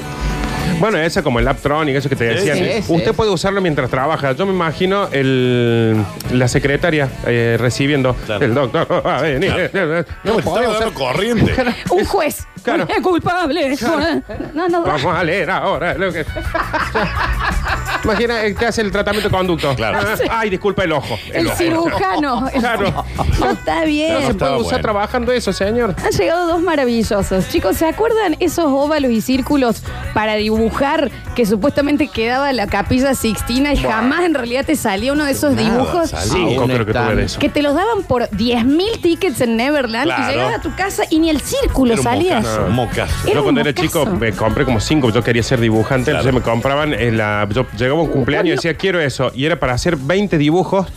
C: Bueno, esa como el Laptronic, eso que te decían.
D: sí, sí,
C: Usted
D: sí.
C: puede usarlo mientras trabaja. Yo me imagino el, la secretaria eh, recibiendo
B: Claro.
C: el doctor. oh, a ver, eh, eh,
B: No,
C: no,
B: me te estaba
C: podemos
B: dando
C: hacer-
B: corriente.
A: Un juez.
C: Claro.
A: Es culpable. No, no, no.
C: Vamos a leer ahora. lo que- Imagina, eh, te hace el tratamiento de conducto.
B: Claro.
C: Ah, Ay, disculpa el ojo.
A: El
C: ojo.
A: cirujano. El-
C: Claro.
A: No está
C: No se
A: bien.
C: puede
B: estaba
C: usar
B: bueno.
C: trabajando eso, señor.
A: Han llegado dos maravillosos. Chicos, ¿se acuerdan esos óvalos y círculos para dibujar que supuestamente quedaba la capilla Sixtina y jamás en realidad te salía uno de esos
B: Nada,
A: dibujos?
B: sal-
C: Cinco
D: Aún
C: Ah, creo que
D: están.
C: tuve de eso.
A: Que te los daban por 10.000 tickets en Neverland
B: Claro.
A: y llegabas a tu casa y ni el círculo
B: Era un
A: salía.
B: mocazo, un mocazo.
A: Era
C: Yo
A: un
C: cuando era
A: mocazo.
C: chico me compré como cinco, yo quería ser dibujante,
B: Claro.
C: entonces me compraban, en la, yo llegaba a un cumpleaños y decía, quiero eso, y era para hacer 20 dibujos,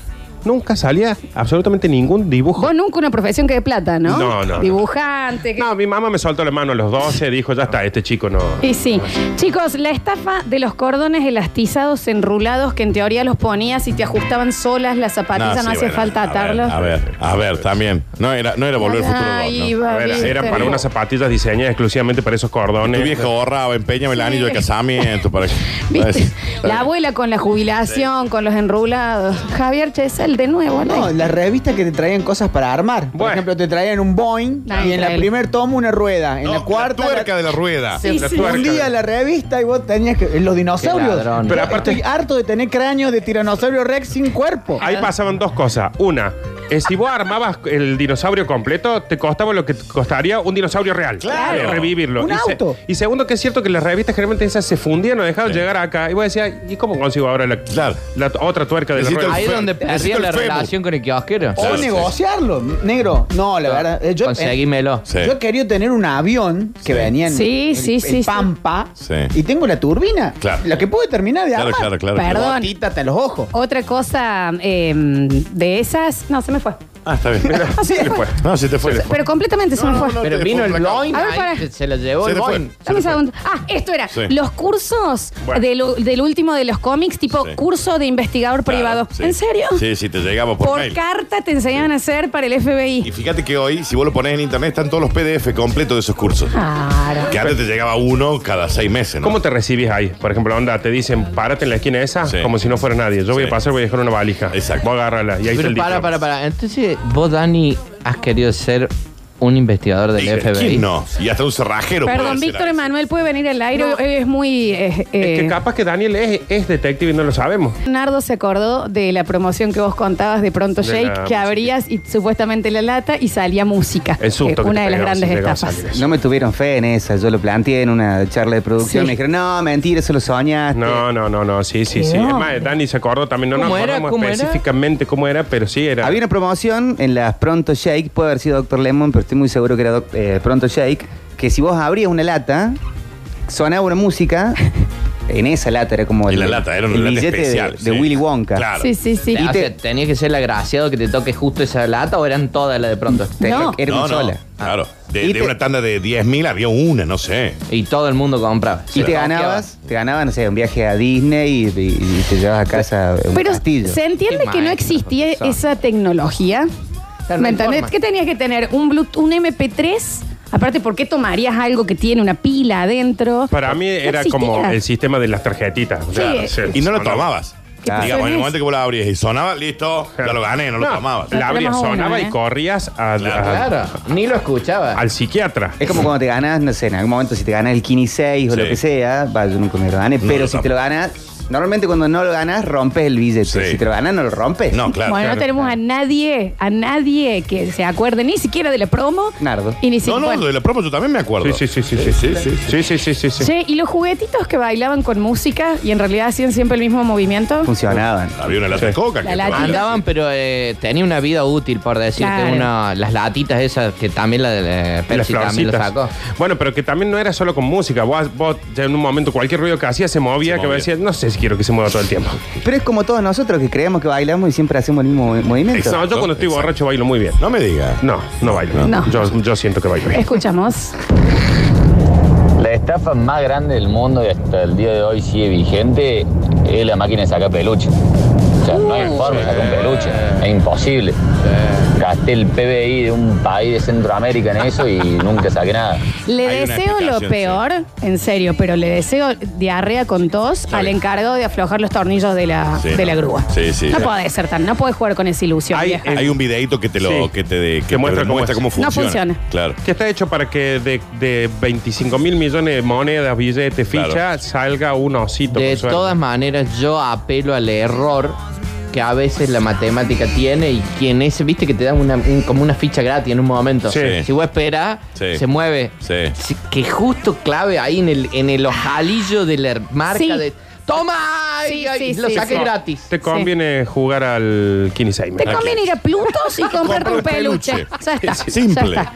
C: nunca salía absolutamente ningún dibujo.
A: Vos nunca una profesión que de plata, ¿no?
C: No, no, no.
A: Dibujante. que-
C: No, mi mamá me soltó la mano a los 12, dijo, ya está, este chico no...
A: Y sí. Chicos, la estafa de los cordones elastizados enrulados que en teoría los ponías y te ajustaban solas las zapatillas, no,
B: Ah, sí,
A: hace
B: bueno,
A: falta
B: a ver,
A: atarlos.
B: A ver, a ver, también. No era, no era volver al futuro. dos,
A: Ahí
B: ¿no?
A: va,
C: A ver,
A: viste.
C: era para unas zapatillas diseñadas exclusivamente para esos cordones.
B: Tu vieja borraba, empeñame el
A: Sí.
B: anillo de casamiento para que.
A: ¿Viste? La abuela con la jubilación, con los enrulados. Javier Chesel, de nuevo, ¿no?
H: No, las revistas que te traían cosas para armar. Por
C: Bueno.
H: ejemplo, te traían un Boeing
A: Ay,
H: y en la
A: increíble.
H: primer tomo una rueda. En
B: No,
H: la cuarta.
B: La tuerca
H: la-
B: de la rueda.
A: Sí,
C: La
A: sí.
C: tuerca.
H: un día la revista y vos tenías que. Los
D: Qué
H: dinosaurios.
D: ladrón.
C: Pero aparte-
H: Estoy harto de tener cráneos de tiranosaurio Rex sin cuerpo.
C: Ahí pasaban dos cosas. Una, eh, si vos armabas el dinosaurio completo, te costaba lo que te costaría un dinosaurio real.
B: Claro.
C: De revivirlo.
H: Un
C: y, se-
H: auto.
C: y segundo, que es cierto que las revistas generalmente esas se fundían o dejaban llegar acá. Y vos decías, ¿y cómo consigo ahora la,
B: Claro.
C: la t- otra tuerca de la
B: Necesito
C: rueda?
D: Ahí es
B: Fe-
D: donde
B: necesito
D: perdía
B: el
D: la
B: fémur.
D: relación con el kiosquero.
H: O
B: Claro, sí.
H: negociarlo, negro. No, la verdad. eh, Yo,
D: Conseguímelo.
B: Sí.
H: Yo quería tener un avión
B: Sí.
H: que venía en
A: Sí,
H: el-
A: sí,
H: el
A: sí, sí.
H: Pampa
B: Sí.
H: y tengo la turbina.
B: Claro.
H: La que pude terminar de
B: Claro,
H: armar.
B: claro, claro.
A: Perdón.
H: Botita hasta los ojos.
A: Otra cosa eh, de esas. No, se me fue.
B: Ah, está bien.
A: se me
C: le
A: fue.
C: fue.
B: No, se te fue.
A: Pero completamente se me fue.
D: Pero vino el Boeing,
A: A ver,
D: ahí
A: para.
D: se- se lo llevó
B: Se
D: el
B: le fue.
D: Boeing.
A: Dame un segundo. Ah, esto era.
B: Sí.
A: Los cursos
C: Bueno.
A: del, u- del último de los cómics, tipo
B: Sí.
A: curso de investigador
B: Claro,
A: privado.
B: sí.
A: ¿En serio?
B: Sí, sí, te llegaba por,
A: Por
B: mail.
A: carta te enseñaban a hacer para el
B: Y
A: FBI.
B: fíjate que hoy, si vos lo pones en internet, están todos los PDF completos de esos cursos.
A: Claro.
B: Que antes te llegaba uno cada seis meses, ¿no?
C: ¿Cómo te recibís ahí? Por ejemplo, onda, te dicen, párate en la esquina esa,
B: Sí.
C: como si no fuera nadie. Yo voy
B: Sí.
C: a pasar, voy a dejar una valija.
B: Exacto.
C: Vos agárrala. Y ahí está
D: Pero
C: el
D: para,
C: diploma.
D: para, para. Entonces, vos, Dani, has querido ser un investigador del
B: Sí,
D: FBI.
B: ¿Quién no? Y hasta un cerrajero. puede
A: Perdón,
B: hacer
A: Víctor
B: algo.
A: Emanuel puede venir al aire.
C: No.
A: Es muy. eh,
C: Es que
A: eh,
C: capaz que Daniel es, es detective y no lo sabemos.
A: Nardo se acordó de la promoción que vos contabas de Pronto
C: De
A: Shake,
C: la
A: que
C: musiquita.
A: abrías y supuestamente la lata y salía música.
C: El susto
A: Eh,
C: que
A: una
C: te
A: de las
C: pegaba si
A: grandes
C: llegaba a
A: etapas.
C: salir eso.
K: No me tuvieron fe en esa, yo lo planteé en una charla de producción,
A: Sí.
K: me dijeron, no, mentira, eso lo soñaste.
C: No, no, no, no, sí, sí,
A: Qué
C: sí. Es
A: hombre.
C: más, Dani se acordó también, no nos
D: ¿Cómo era?
C: acordamos
D: ¿Cómo era?
C: específicamente cómo era, pero sí era.
K: Había una promoción en las Pronto Shake, puede haber sido Dr. Lemon, pero estoy muy seguro que era Doc- eh, Pronto Shake, que si vos abrías una lata, sonaba una música, en esa lata era como
B: En la lata, era una
K: el
B: lata
K: billete de-
B: especial.
K: de,
B: sí.
K: Willy Wonka.
B: Claro.
A: Sí, sí, sí.
D: O sea, ¿Tenía que ser el agraciado que te toque justo esa lata o eran todas las de pronto?
K: Te-
A: No.
K: Era
B: No,
K: una
B: no,
K: sola.
B: Claro. De,
K: Y
B: de
K: te-
B: una tanda de 10.000 había una, no sé.
D: Y todo el mundo compraba. Se
K: Y
D: lo
K: te
D: copiaba.
K: ganabas, te ganabas, no sé, un viaje a Disney y, y- y te llevabas a casa un
A: Pero
K: castillo.
A: se entiende
D: Qué
A: que no
D: maestro,
A: existía
D: profesor.
A: esa tecnología.
D: Claro,
A: ¿Me
D: no hay
A: entendés?
D: forma.
A: Que tenías que tener un Bluetooth, un MP3. Aparte, ¿por qué tomarías algo que tiene una pila adentro?
C: Para mí
A: No
C: era
A: existía.
C: como el sistema de las tarjetitas. o sea,
A: Sí.
C: se-
B: Y no lo
C: sonaba.
B: tomabas.
A: ¿Qué pasó en
B: Digamos, en el
A: eso?
B: momento que vos la abrías y sonaba, listo, ya lo gané, no, lo tomabas.
C: La abrías,
A: Tenemos uno,
C: sonaba
A: ¿eh?
C: y corrías a- a-
D: Claro, ni lo escuchaba.
C: al psiquiatra.
K: Es como cuando te ganas, no sé, en algún momento si te ganas el 15 6 o
B: Sí.
K: lo que sea, va, yo nunca me lo gané,
B: No,
K: pero
B: yo
K: si te lo ganas, normalmente cuando no lo ganas, rompes el billete.
B: Sí.
K: Si te lo ganas, no lo rompes.
B: No, claro.
A: bueno, no
B: claro.
A: tenemos a nadie, a nadie que se acuerde ni siquiera de la promo.
K: Nardo.
A: Y ni siquiera.
B: No, no, de la promo yo también me acuerdo.
C: Sí, sí, sí, sí, sí, sí, sí, sí, sí, sí, sí.
A: Che, ¿y los juguetitos que bailaban con música y en realidad hacían siempre el mismo movimiento?
K: Funcionaban.
B: Había una lata de coca.
A: La
B: que
A: lata.
B: tomaba.
D: Andaban, pero eh, tenía una vida útil, por decirte.
A: Claro.
D: Una, las latitas esas que también la de
C: Y las
D: Pepsi también la
C: florcitas.
D: sacó.
C: Bueno, pero que también no era solo con música. Vos, vos ya en un momento cualquier ruido que hacía se movía,
B: Se
C: que me
B: movía.
C: decía, no sé si quiero que se mueva todo el tiempo.
K: Pero es como todos nosotros que creemos que bailamos y siempre hacemos el mismo movi- movimiento.
C: No, yo cuando estoy
B: Exacto.
C: borracho bailo muy bien.
B: No me digas.
C: No, no bailo.
A: No.
C: Yo, yo siento que bailo bien.
A: Escuchamos.
E: La estafa más grande del mundo y hasta el día de hoy sigue vigente es la máquina de sacar peluche. O sea, no hay forma de sacar un peluche, es imposible. gasté el PBI de un país de Centroamérica en eso y nunca saqué nada.
A: Le deseo lo peor, en serio, pero le deseo diarrea con tos al encargado de aflojar los tornillos de la,
B: Sí.
A: de la grúa.
B: Sí, sí.
A: no
B: Sí.
A: puede ser tan, no puede jugar con esa ilusión.
B: Hay,
A: vieja.
B: hay un videito que te lo
C: Sí.
B: que te, de- que te
C: muestra cómo
B: demuestra
C: es.
B: cómo,
A: No
B: funciona.
A: funciona.
B: Claro.
C: Que está hecho para que de, de 25 mil millones de monedas, billetes, fichas,
B: Claro.
C: salga un osito.
D: De
C: con suerte.
D: todas maneras, yo apelo al error que a veces la matemática tiene y quien es, viste que te dan una, un- como una ficha gratis en un momento.
B: Sí.
D: Si vos esperás,
B: Sí.
D: se mueve.
B: Sí.
D: Si- Que justo clave ahí en el, en el ojalillo de la marca
A: Sí.
D: de... ¡Toma!
A: Sí,
D: Ay,
A: sí,
D: lo
A: sí,
D: saqué
A: sí.
D: gratis.
C: Te conviene jugar al Kiniseimer.
A: Te conviene ir a Plutos y comprarte
B: Compra
A: un
B: un
A: peluche.
B: peluche.
A: Ya está.
B: Simple.
A: ya está.